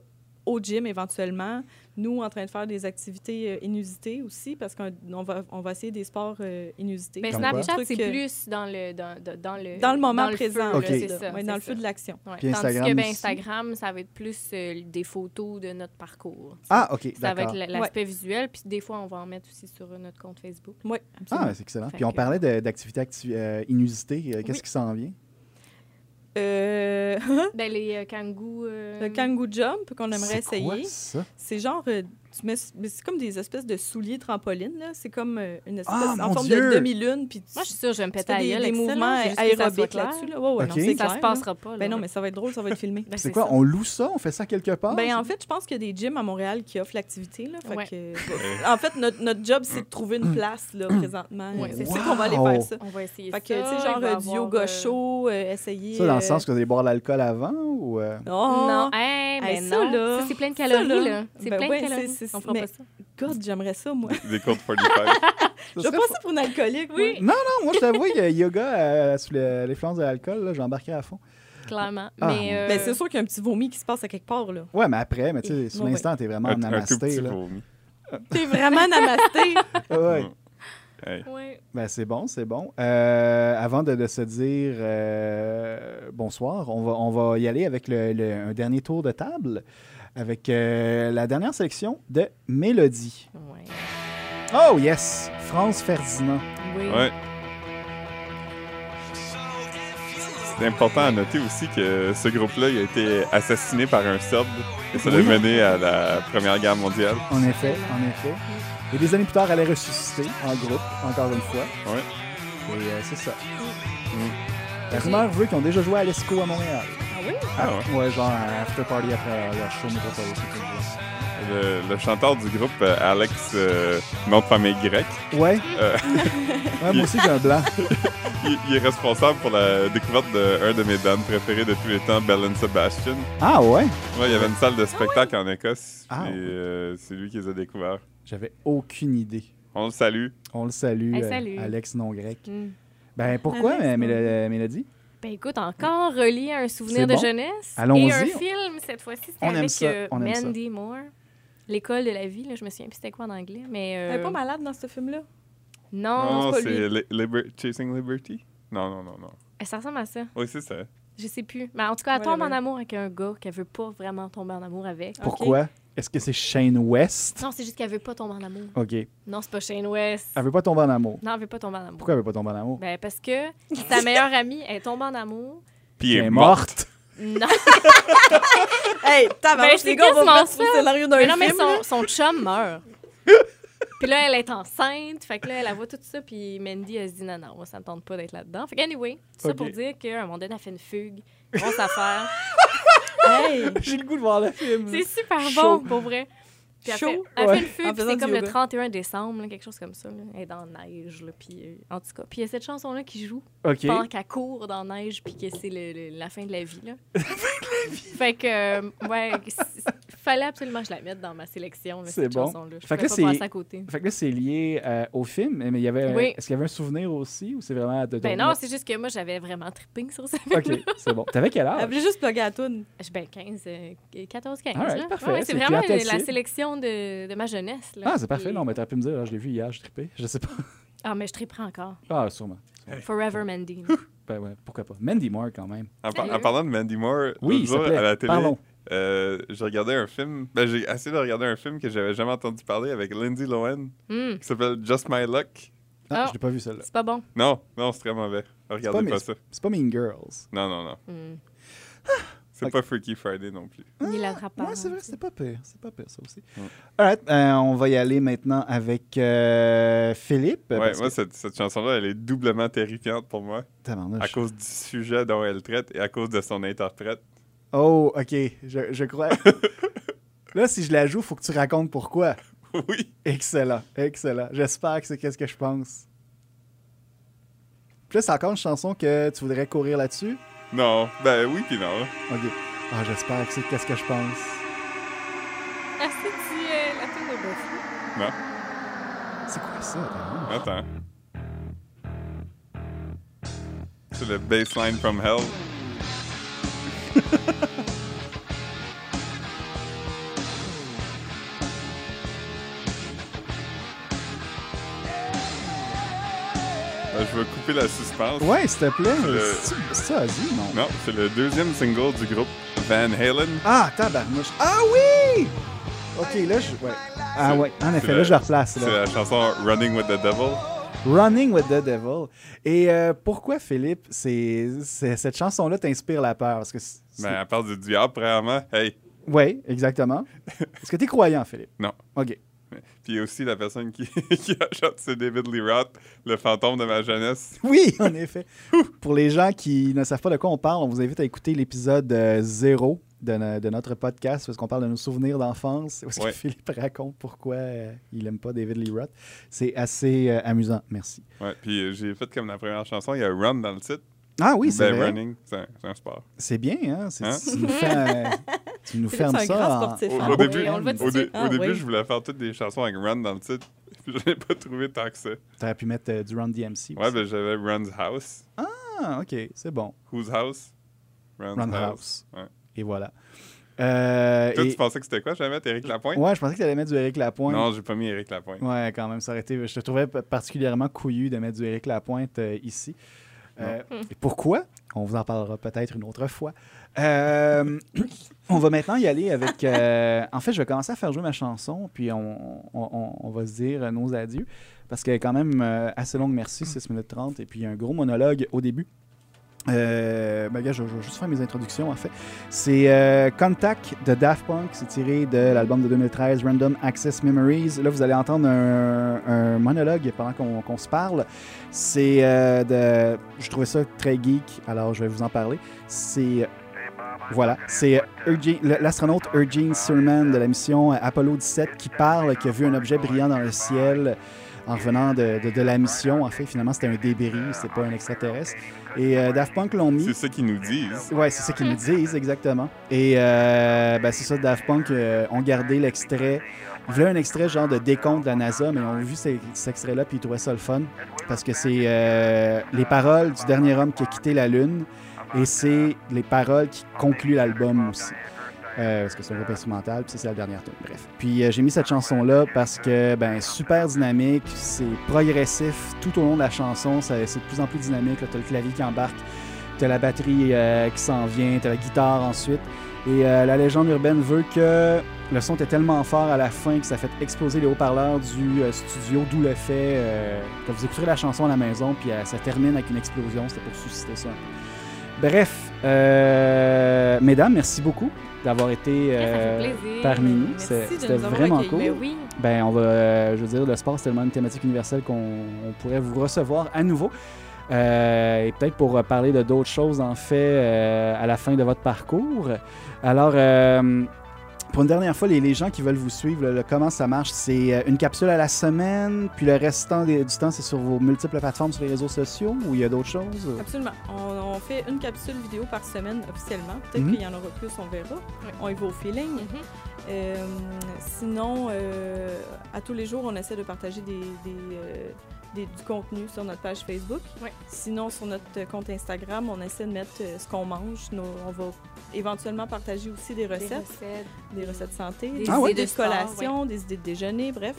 S3: au gym éventuellement, nous en train de faire des activités euh, inusitées aussi, parce qu'on on va, on va essayer des sports euh, inusités.
S4: Mais
S2: Comme
S4: Ben, Snapchat,
S3: quoi?
S4: c'est
S3: Truc, euh,
S4: plus dans le, dans, dans- dans le...
S3: dans le moment
S4: feu,
S3: présent,
S4: là,
S2: Ok.
S4: c'est
S3: là.
S4: ça,
S3: Ouais,
S4: c'est
S3: dans le
S4: ça.
S3: feu de l'action.
S4: Ouais.
S2: Puis
S4: Tandis
S2: Instagram
S4: que ben,
S2: aussi.
S4: Instagram, ça va être plus euh, des photos de notre parcours. tu sais.
S2: Ah, OK,
S4: Ça va être
S2: d'accord.
S4: l- l'aspect visuel, puis des fois, on va en mettre aussi sur euh, notre compte Facebook.
S3: Oui,
S2: Ah,
S3: absolument.
S2: c'est excellent.
S4: Fait
S2: Puis on
S4: que-
S2: parlait de- d'activités actu- euh, inusitées. Euh, Qu'est-ce
S4: Oui.
S2: qui s'en vient?
S3: Euh,
S4: Ben, les euh, kangous... euh,
S3: le kangoo jump qu'on aimerait
S2: C'est quoi,
S3: essayer,
S2: ça?
S3: c'est genre, euh, tu mets- mais c'est comme des espèces de souliers trampolines, là. C'est comme euh, une espèce
S2: Ah,
S3: en
S2: mon
S3: forme
S2: Dieu!
S3: de demi-lune, puis tu,
S4: Moi, je suis sûre, je vais me
S3: tu
S4: péter
S3: fais
S4: à la
S3: des,
S4: gueule,
S3: des
S4: excellent,
S3: mouvements
S4: juste que ça soit
S3: aérobiques
S4: clair.
S3: là-dessus. Là. Ouais, ouais, non,
S2: Ok.
S3: c'est
S4: Ça se
S3: clair, là.
S4: passera pas. là.
S3: Ben non, mais ça va être drôle, ça va être filmé.
S4: Ben,
S2: C'est quoi?
S4: ça.
S2: On loue ça? On fait ça quelque part?
S3: Ben, en
S2: ça?
S3: fait, je pense qu'il y a des gyms à Montréal qui offrent l'activité. là. Fait
S4: Ouais.
S3: que- en fait, notre, notre job, c'est de trouver une place là, présentement.
S4: Ouais,
S3: c'est
S4: c'est
S3: ça qu'on va aller
S2: Wow!
S3: faire ça.
S4: On va essayer
S3: Fait
S4: ça.
S3: que, tu sais,
S4: il
S3: genre
S4: va
S3: euh,
S4: y
S3: du
S4: avoir,
S3: yoga
S4: euh,
S3: chaud, euh, essayer.
S2: Ça, dans le
S3: euh,
S2: sens que vous allez boire l'alcool avant ou... euh,
S3: Oh,
S4: Non, hein, mais
S3: Hey, ça,
S4: non.
S3: là.
S4: Ça, c'est plein de
S3: Ça,
S4: calories,
S3: là.
S4: là. C'est
S3: Ben
S4: plein
S3: ouais,
S4: de calories.
S3: c'est- c'est-
S4: on fera
S3: mais-
S4: pas ça.
S3: God, j'aimerais ça, moi.
S1: Des cours de 45.
S2: ça
S3: Je vais
S2: serait
S3: passer pour une alcoolique, moi.
S4: Oui.
S2: Non, moi, je t'avoue, il y a yoga euh, sous le- l'influence de l'alcool, là, j'ai embarqué à fond.
S4: Clairement.
S2: Ah,
S4: mais euh,
S3: Ben, c'est sûr qu'il y a un petit vomi qui se passe à quelque part, là.
S2: Ouais, mais après, mais tu sais, sur
S3: Ouais,
S2: l'instant, t'es vraiment
S1: Un,
S2: en
S1: un tout
S2: namasté.
S1: petit
S2: Là.
S1: vomi.
S3: T'es vraiment namasté.
S4: Euh.
S2: Ouais, ouais.
S1: Mm. Hey.
S4: ouais.
S2: Ben, c'est bon, c'est bon. Euh, avant de, de se dire euh, bonsoir, on va, on va y aller avec le, le- un dernier tour de table avec euh, la dernière sélection de Mélodie.
S4: Ouais.
S2: Oh yes! France Ferdinand.
S4: Oui.
S1: Ouais. C'est important à noter aussi que ce groupe-là il a été assassiné par un Serbe et ça l'a
S2: Oui.
S1: mené à la Première Guerre mondiale.
S2: En effet, en effet. Et des années plus tard, elle est ressuscitée en groupe, encore une fois.
S1: Ouais. Mm.
S2: Et euh, c'est ça. La rumeur veut qu'ils ont déjà joué à l'ESCO à Montréal.
S3: ah oui?
S1: Ah ouais.
S2: Ouais, genre un after party après leur show métropolis. c'est comme
S1: Le, le chanteur du groupe, euh, Alex, euh, nom de famille grec,
S2: ça. Ouais.
S1: Euh.
S2: ouais moi aussi, j'ai un blanc.
S1: il, il est responsable pour la découverte d'un de mes bands préférés de tous les temps, Bell Sebastian.
S2: Ah ouais?
S1: Ouais, il y avait une salle de spectacle en Écosse
S2: Ah
S1: et
S2: ouais.
S1: euh, c'est lui qui les a découverts.
S2: J'avais aucune idée.
S1: On le salue.
S2: On le salue,
S4: Hey,
S2: euh,
S4: salut.
S2: Alex non grec.
S3: Hmm.
S4: Mm.
S2: Ben pourquoi,
S3: Alex
S2: mais- mais- euh, Mélodie?
S4: Ben écoute, encore relié à un
S2: C'est
S4: souvenir de
S2: bon.
S4: jeunesse.
S2: Allons-y.
S4: Et un film, cette fois-ci, c'était
S2: On aime
S4: avec
S2: ça,
S4: euh,
S2: on aime ça.
S4: Mandy Moore. L'école de la vie, là, je me souviens plus c'était quoi en anglais, mais... euh,
S3: T'es pas malade dans ce film-là?
S4: Non,
S1: non,
S4: c'est pas
S1: c'est
S4: lui. Euh,
S1: Li- Liber- Chasing Liberty? Non, non, non, non.
S4: Ça ressemble à ça.
S1: Oui, c'est ça.
S4: Je sais plus. Mais en tout cas, elle tombe en
S3: Whatever.
S4: amour avec un gars qu'elle veut pas vraiment tomber en amour avec.
S2: Pourquoi? Est-ce que c'est Shane West?
S4: Non, c'est juste qu'elle veut pas tomber en amour.
S2: OK. Elle
S4: Non, c'est pas Shane West.
S2: veut pas tomber en amour.
S4: Non, elle veut pas tomber en amour.
S2: Pourquoi elle veut pas tomber en amour?
S4: Ben parce que sa meilleure amie, elle tombe en amour.
S1: Puis il
S2: Elle
S1: est mort.
S4: Non,
S3: Hey,
S4: Ben,
S3: t'avances,
S4: c'est
S3: les gars, on va
S4: quasiment
S3: faire sur le scénario d'un
S4: mais,
S3: film.
S4: non, mais
S3: là.
S4: son, son chum meurt. Puis là, elle est enceinte. Fait que là, elle voit tout ça. Puis Mandy, elle se dit non, non, ça me tente pas d'être là-dedans. Fait que anyway, tout ça
S2: Ok.
S4: pour dire qu'à un moment donné, elle fait une fugue. Grosse affaire.
S3: Hey!
S2: J'ai le goût de voir le film.
S4: C'est super
S2: Chaud.
S4: bon, pour vrai. Puis elle,
S3: Chaud,
S4: fait, elle
S2: ouais.
S4: fait une fugue,
S3: En
S4: puis
S3: faisant
S4: c'est
S3: du
S4: comme le
S3: yoga.
S4: 31 décembre, là, quelque chose comme ça. là. Elle est dans la neige, là, puis euh, en tout cas. Puis il y a cette chanson-là qui joue
S2: OK.
S4: pendant qu'elle court dans la neige, puis que c'est le- le- la fin de la vie. Là. la fin de la vie! Fait que, euh, ouais, c- c- fallait absolument que je la mette dans ma sélection, là,
S2: C'est
S4: cette
S2: bon.
S4: chanson-là. Je
S2: Fait
S4: fait
S2: que
S4: que
S2: là,
S4: pas
S2: c'est-
S4: passer à côté.
S2: Fait que là, c'est lié euh, au film, mais il y avait,
S4: Oui.
S2: est-ce qu'il y avait un souvenir aussi ou c'est vraiment de
S4: Ben non, c'est juste que moi, j'avais vraiment trippé sur ça.
S2: OK, c'est bon. T'avais quel
S3: Elle
S2: âge?
S3: voulait juste plugger à la toune.
S4: Je- Ben 15, euh, 14, 15.
S2: Alright,
S4: là.
S2: parfait,
S4: Ouais, c'est
S2: c'est
S4: vraiment
S2: clair,
S4: euh, la
S2: t'as su.
S4: sélection de, de ma jeunesse. Là.
S2: Ah, c'est parfait.
S4: Et-
S2: Non, mais t'aurais pu me dire, ah, je l'ai vu hier, je trippais. Je sais pas.
S4: Ah, mais je tripperai encore.
S2: Ah, sûrement.
S4: Forever Mandy.
S2: Ben ouais, pourquoi pas. Mandy Moore, quand même.
S1: En, par- en
S4: Sérieux?
S1: parlant de Mandy Moore, l'autre
S2: Oui, s'il te
S1: jour,
S2: plaît.
S1: à la télé,
S2: Parlons.
S1: euh, j'ai regardé un film. Ben, j'ai essayé de regarder un film que j'avais jamais entendu parler avec Lindsay Lohan
S4: Hmm.
S1: qui s'appelle Just My Luck.
S2: Ah,
S4: Ah.
S2: je l'ai pas vu celle-là.
S4: C'est pas bon.
S1: Non, non, c'est très mauvais. Regardez
S2: mes-
S1: pas, ça.
S2: C'est pas Mean Girls.
S1: Non, non, non.
S4: Hmm.
S1: C'est
S2: Ok.
S1: pas Freaky Friday non plus.
S4: Il l'attrape pas.
S2: Ah, Ouais, c'est vrai, c'est pas pire. C'est pas pire, ça aussi.
S1: Mm.
S2: Alright, euh, on va y aller maintenant avec euh, Philippe.
S1: Ouais,
S2: parce
S1: moi,
S2: que-
S1: cette, cette chanson-là, elle est doublement terrifiante pour moi
S2: Tabarnouche.
S1: à cause du sujet dont elle traite et à cause de son interprète.
S2: Oh, ok. Je, je crois. Là, si je la joue, faut que tu racontes pourquoi.
S1: oui.
S2: Excellent, excellent. J'espère que c'est qu'est-ce que je pense. Puis là, c'est encore une chanson que tu voudrais courir là-dessus.
S1: Non. Ben oui, puis non.
S2: Ok. Ah, j'espère que c'est qu'est-ce que je pense.
S4: Ah, c'est euh, la tune de Buffy.
S1: Non.
S2: C'est quoi ça? attends?
S1: Attends. C'est le baseline from hell. Euh, Je veux couper la suspense.
S2: Ouais, s'il te plaît.
S1: Le-
S2: C'est c'est ça, Ozzy, non?
S1: Non, c'est le deuxième single du groupe Van Halen.
S2: Ah, tabarnouche. Ah oui! Ok, là, je. Ouais. Ah ouais, en effet, là, je la replace.
S1: C'est
S2: Là.
S1: la chanson Running with the Devil.
S2: Running with the Devil. Et euh, pourquoi, Philippe, c'est c'est- cette chanson-là t'inspire la peur? Parce que. c'est-
S1: Ben, à part du diable, premièrement. Hey,
S2: Oui, exactement. Est-ce que t'es croyant, Philippe?
S1: non.
S2: Ok.
S1: Puis aussi la personne qui, qui a shot, c'est David Lee Roth, le fantôme de ma jeunesse.
S2: Oui, en effet. Pour les gens qui ne savent pas de quoi on parle, on vous invite à écouter l'épisode euh, zéro de, no- de notre podcast, parce qu'on parle de nos souvenirs d'enfance. Où est-ce
S1: Ouais.
S2: que Philippe raconte pourquoi euh, il n'aime pas David Lee Roth? C'est assez euh, amusant, merci.
S1: Ouais, puis euh, j'ai fait comme la première chanson, il y a Run dans le titre.
S2: Ah oui, c'est
S1: Ben,
S2: vrai.
S1: Running, c'est un, c'est un sport.
S2: C'est bien, hein? C'est-
S1: Hein?
S2: Tu nous fais, euh, tu nous
S3: C'est
S2: fermes
S3: un
S2: ça.
S3: grand
S2: en-
S1: Au,
S3: sportif.
S1: au
S2: en-
S3: oui,
S1: début,
S4: on le voit tout
S1: au
S4: de
S1: dé-
S3: suite.
S1: au
S3: Ah,
S1: début
S3: oui.
S1: je voulais faire toutes des chansons avec Run dans le titre. Puis je n'ai pas trouvé tant que ça.
S2: T'aurais pu mettre euh, du Run DMC.
S1: Ouais,
S2: aussi.
S1: ben j'avais Run's House.
S2: Ah, OK, c'est bon.
S1: Whose House? Run's
S2: Run House.
S1: Ouais.
S2: Et voilà. Euh,
S1: Toi,
S2: et-
S1: tu pensais que c'était quoi? J'allais mettre Eric Lapointe?
S2: Ouais, je pensais que t'allais mettre du Eric Lapointe.
S1: Non, j'ai pas mis Eric Lapointe.
S2: Ouais, quand même, ça aurait été. Je te trouvais p- particulièrement couillu de mettre du Eric Lapointe euh, ici. Euh, et pourquoi On vous en parlera peut-être une autre fois. Euh, on va maintenant y aller avec. euh, en fait, je vais commencer à faire jouer ma chanson, puis on, on- on- on va se dire nos adieux, parce qu'elle est quand même euh, assez longue, merci, 6 minutes 30, et puis il y a un gros monologue au début. Euh, ben, gars, je, je vais juste faire mes introductions en fait. C'est euh, Contact de Daft Punk, c'est tiré de l'album de 2013 Random Access Memories. Là, vous allez entendre un, un monologue pendant qu'on qu'on se parle. C'est euh, de, je trouvais ça très geek, alors je vais vous en parler. C'est voilà, c'est Eugene- le- l'astronaute Eugene Cernan de la mission Apollo 17 qui parle, qui a vu un objet brillant dans le ciel en revenant de, de- de la mission. En fait, finalement, c'était un débris, c'était pas un extraterrestre. Et euh, Daft Punk l'ont mis.
S1: C'est ça qu'ils nous disent.
S2: Ouais, c'est ça qu'ils me disent, exactement. Et euh, ben, c'est ça, Daft Punk euh, ont gardé l'extrait. Ils voulaient un extrait genre de décompte de la NASA, mais ils ont vu ces- cet extrait-là puis ils trouvaient ça le fun. Parce que c'est euh, les paroles du dernier homme qui a quitté la Lune et c'est les paroles qui concluent l'album aussi. Euh, parce que c'est un groupe instrumental, puis ça, c'est la dernière tune. Bref. Puis euh, j'ai mis cette chanson-là parce que, ben, super dynamique, c'est progressif tout au long de la chanson, ça- c'est de plus en plus dynamique. Là, t'as le clavier qui embarque, t'as la batterie euh, qui s'en vient, t'as la guitare ensuite. Et euh, la légende urbaine veut que le son était tellement fort à la fin que ça fait exploser les haut-parleurs du euh, studio, d'où le fait euh, que vous écouterez la chanson à la maison, puis euh, ça termine avec une explosion, c'était pour susciter ça un peu. Bref, euh, mesdames, merci beaucoup d'avoir été
S4: Eh, ça
S2: euh,
S4: fait plaisir.
S2: parmi nous.
S3: Merci
S2: C'est-
S3: de nous
S2: C'était
S3: avoir
S2: vraiment
S3: accueillis.
S2: cool.
S4: Ben oui.
S2: Ben, on va, euh, je veux dire, le sport, c'est tellement une thématique universelle qu'on on pourrait vous recevoir à nouveau. Euh, et peut-être pour euh, parler de d'autres choses, en fait, euh, à la fin de votre parcours. Alors, euh, pour une dernière fois, les, les gens qui veulent vous suivre, le, le comment ça marche, c'est euh, une capsule à la semaine, puis le restant des- du temps, c'est sur vos multiples plateformes sur les réseaux sociaux ou il y a d'autres choses?
S3: Absolument. On, on fait une capsule vidéo par semaine officiellement. Peut-être
S2: Mhm.
S3: qu'il y en aura plus, on verra. On y va au feeling.
S4: Mhm.
S3: Euh, sinon, euh, à tous les jours, on essaie de partager des, des, euh, des- du contenu sur notre page Facebook.
S4: Ouais.
S3: Sinon, sur notre compte Instagram, on essaie de mettre euh, ce qu'on mange. Nos- on va éventuellement partager aussi des
S4: Des
S3: recettes,
S4: recettes.
S3: des, recettes santé,
S4: Des
S3: des
S2: Ah ouais?
S4: idées
S3: idées de
S4: de sport,
S3: collation, des idées de déjeuner, bref.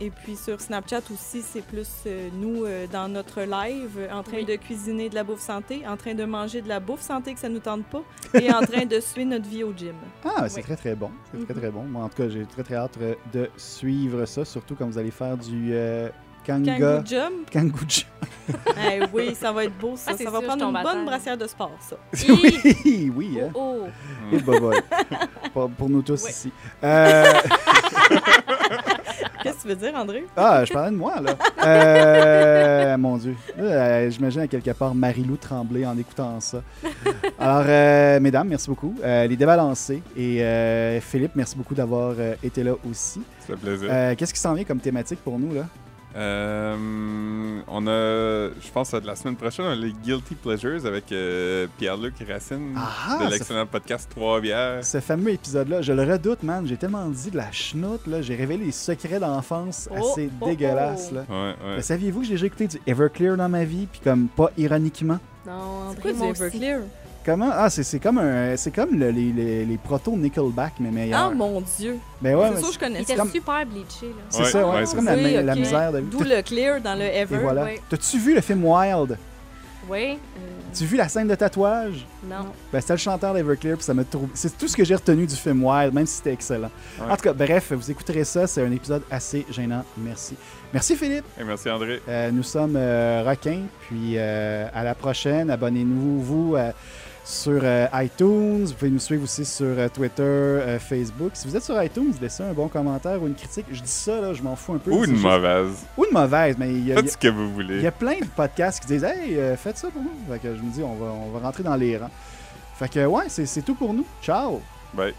S3: Et puis sur Snapchat aussi, c'est plus euh, nous euh, dans notre live, euh, en train
S4: Oui.
S3: de cuisiner de la bouffe santé, en train de manger de la bouffe santé que ça nous tente pas, et en train de suivre notre vie au gym.
S2: Ah, c'est
S4: Oui.
S2: très très bon. C'est très
S3: Mhm.
S2: très bon. Moi, en tout cas, j'ai très très hâte euh, de suivre ça, surtout quand vous allez faire du euh, Kanga.
S3: Kangoo Jump,
S2: Kangoo Jump.
S3: Eh oui, ça va être beau, ça.
S4: Ah, c'est
S3: ça
S4: sûr,
S3: va
S4: je
S3: prendre
S4: tombe
S3: une
S4: à
S3: bonne
S4: terre.
S3: brassière de sport, ça.
S4: Hi!
S2: Oui, oui, hein.
S4: Oh, oh.
S2: Et le bobol. pour, pour nous tous
S3: Ouais.
S2: ici. Euh,
S3: Qu'est-ce que tu veux dire, André?
S2: Ah, je parlais de moi, là. Euh, mon Dieu. Là, euh, J'imagine à quelque part Marie-Lou trembler en écoutant ça. Alors, euh, mesdames, merci beaucoup. Euh, les débalancés. Et euh, Philippe, merci beaucoup d'avoir euh, été là aussi.
S1: Ça fait plaisir.
S2: Euh, Qu'est-ce qui s'en vient comme thématique pour nous, là?
S1: Euh, on a, je pense, euh, de la semaine prochaine, on a les Guilty Pleasures avec euh, Pierre-Luc Racine
S2: Ah,
S1: Mmh. de
S2: ça
S1: l'excellent podcast Trois Bières.
S2: Ce fameux épisode-là, je le redoute, man. J'ai tellement dit de la chenoute, là. J'ai révélé les secrets d'enfance
S3: Oh,
S2: assez
S3: oh,
S2: dégueulasses,
S3: oh.
S2: là.
S1: Ouais, ouais.
S2: Mais saviez-vous que j'ai déjà écouté du Everclear dans ma vie, puis comme pas ironiquement?
S4: Non,
S3: C'est quoi
S4: André,
S3: du
S4: moi aussi.
S3: Everclear?
S2: Comment? Ah, c'est c'est comme un, c'est comme le- les, les, les proto Nickelback, mais meilleur.
S3: Ah, mon Dieu!
S2: Ben ouais,
S3: c'est
S2: mais
S3: sûr que je
S4: Il
S3: connais
S4: était
S3: ça.
S2: comme-
S4: super bleaché, là.
S2: c'est
S1: Ouais,
S2: ça, ouais.
S1: ouais,
S2: c'est
S1: c'est
S2: comme la,
S3: Oui,
S2: la
S3: ok.
S2: misère de
S3: D'où le clear dans le
S2: Et
S3: ever.
S2: voilà.
S4: ouais.
S2: T'as-tu vu le film Wild?
S4: Oui.
S3: euh,
S2: T'as-tu vu la scène de tatouage?
S4: Non.
S2: Ben, c'était le chanteur d'Everclear, puis ça m'a trouvé. C'est tout ce que j'ai retenu du film Wild, même si c'était excellent.
S1: Ouais.
S2: En tout cas, bref, vous écouterez ça, c'est un épisode assez gênant. Merci. Merci Philippe.
S1: Et merci André.
S2: Euh, nous sommes euh, Requins, puis euh, à la prochaine. Abonnez-nous, vous, euh, sur euh, iTunes. Vous pouvez nous suivre aussi sur euh, Twitter, euh, Facebook. Si vous êtes sur iTunes, laissez un bon commentaire ou une critique. Je dis ça, là, je m'en fous un peu.
S1: Ou
S2: C'est
S1: une
S2: juste-
S1: mauvaise.
S2: Ou une mauvaise, mais il y a- il
S1: Faites
S2: y a-
S1: ce que vous
S2: il y
S1: voulez.
S2: a plein de podcasts qui disent Hey, euh, faites ça pour nous. Fait que je me dis, on va, on va rentrer dans les rangs. Fait que, ouais, c'est c'est tout pour nous. Ciao!
S1: Bye.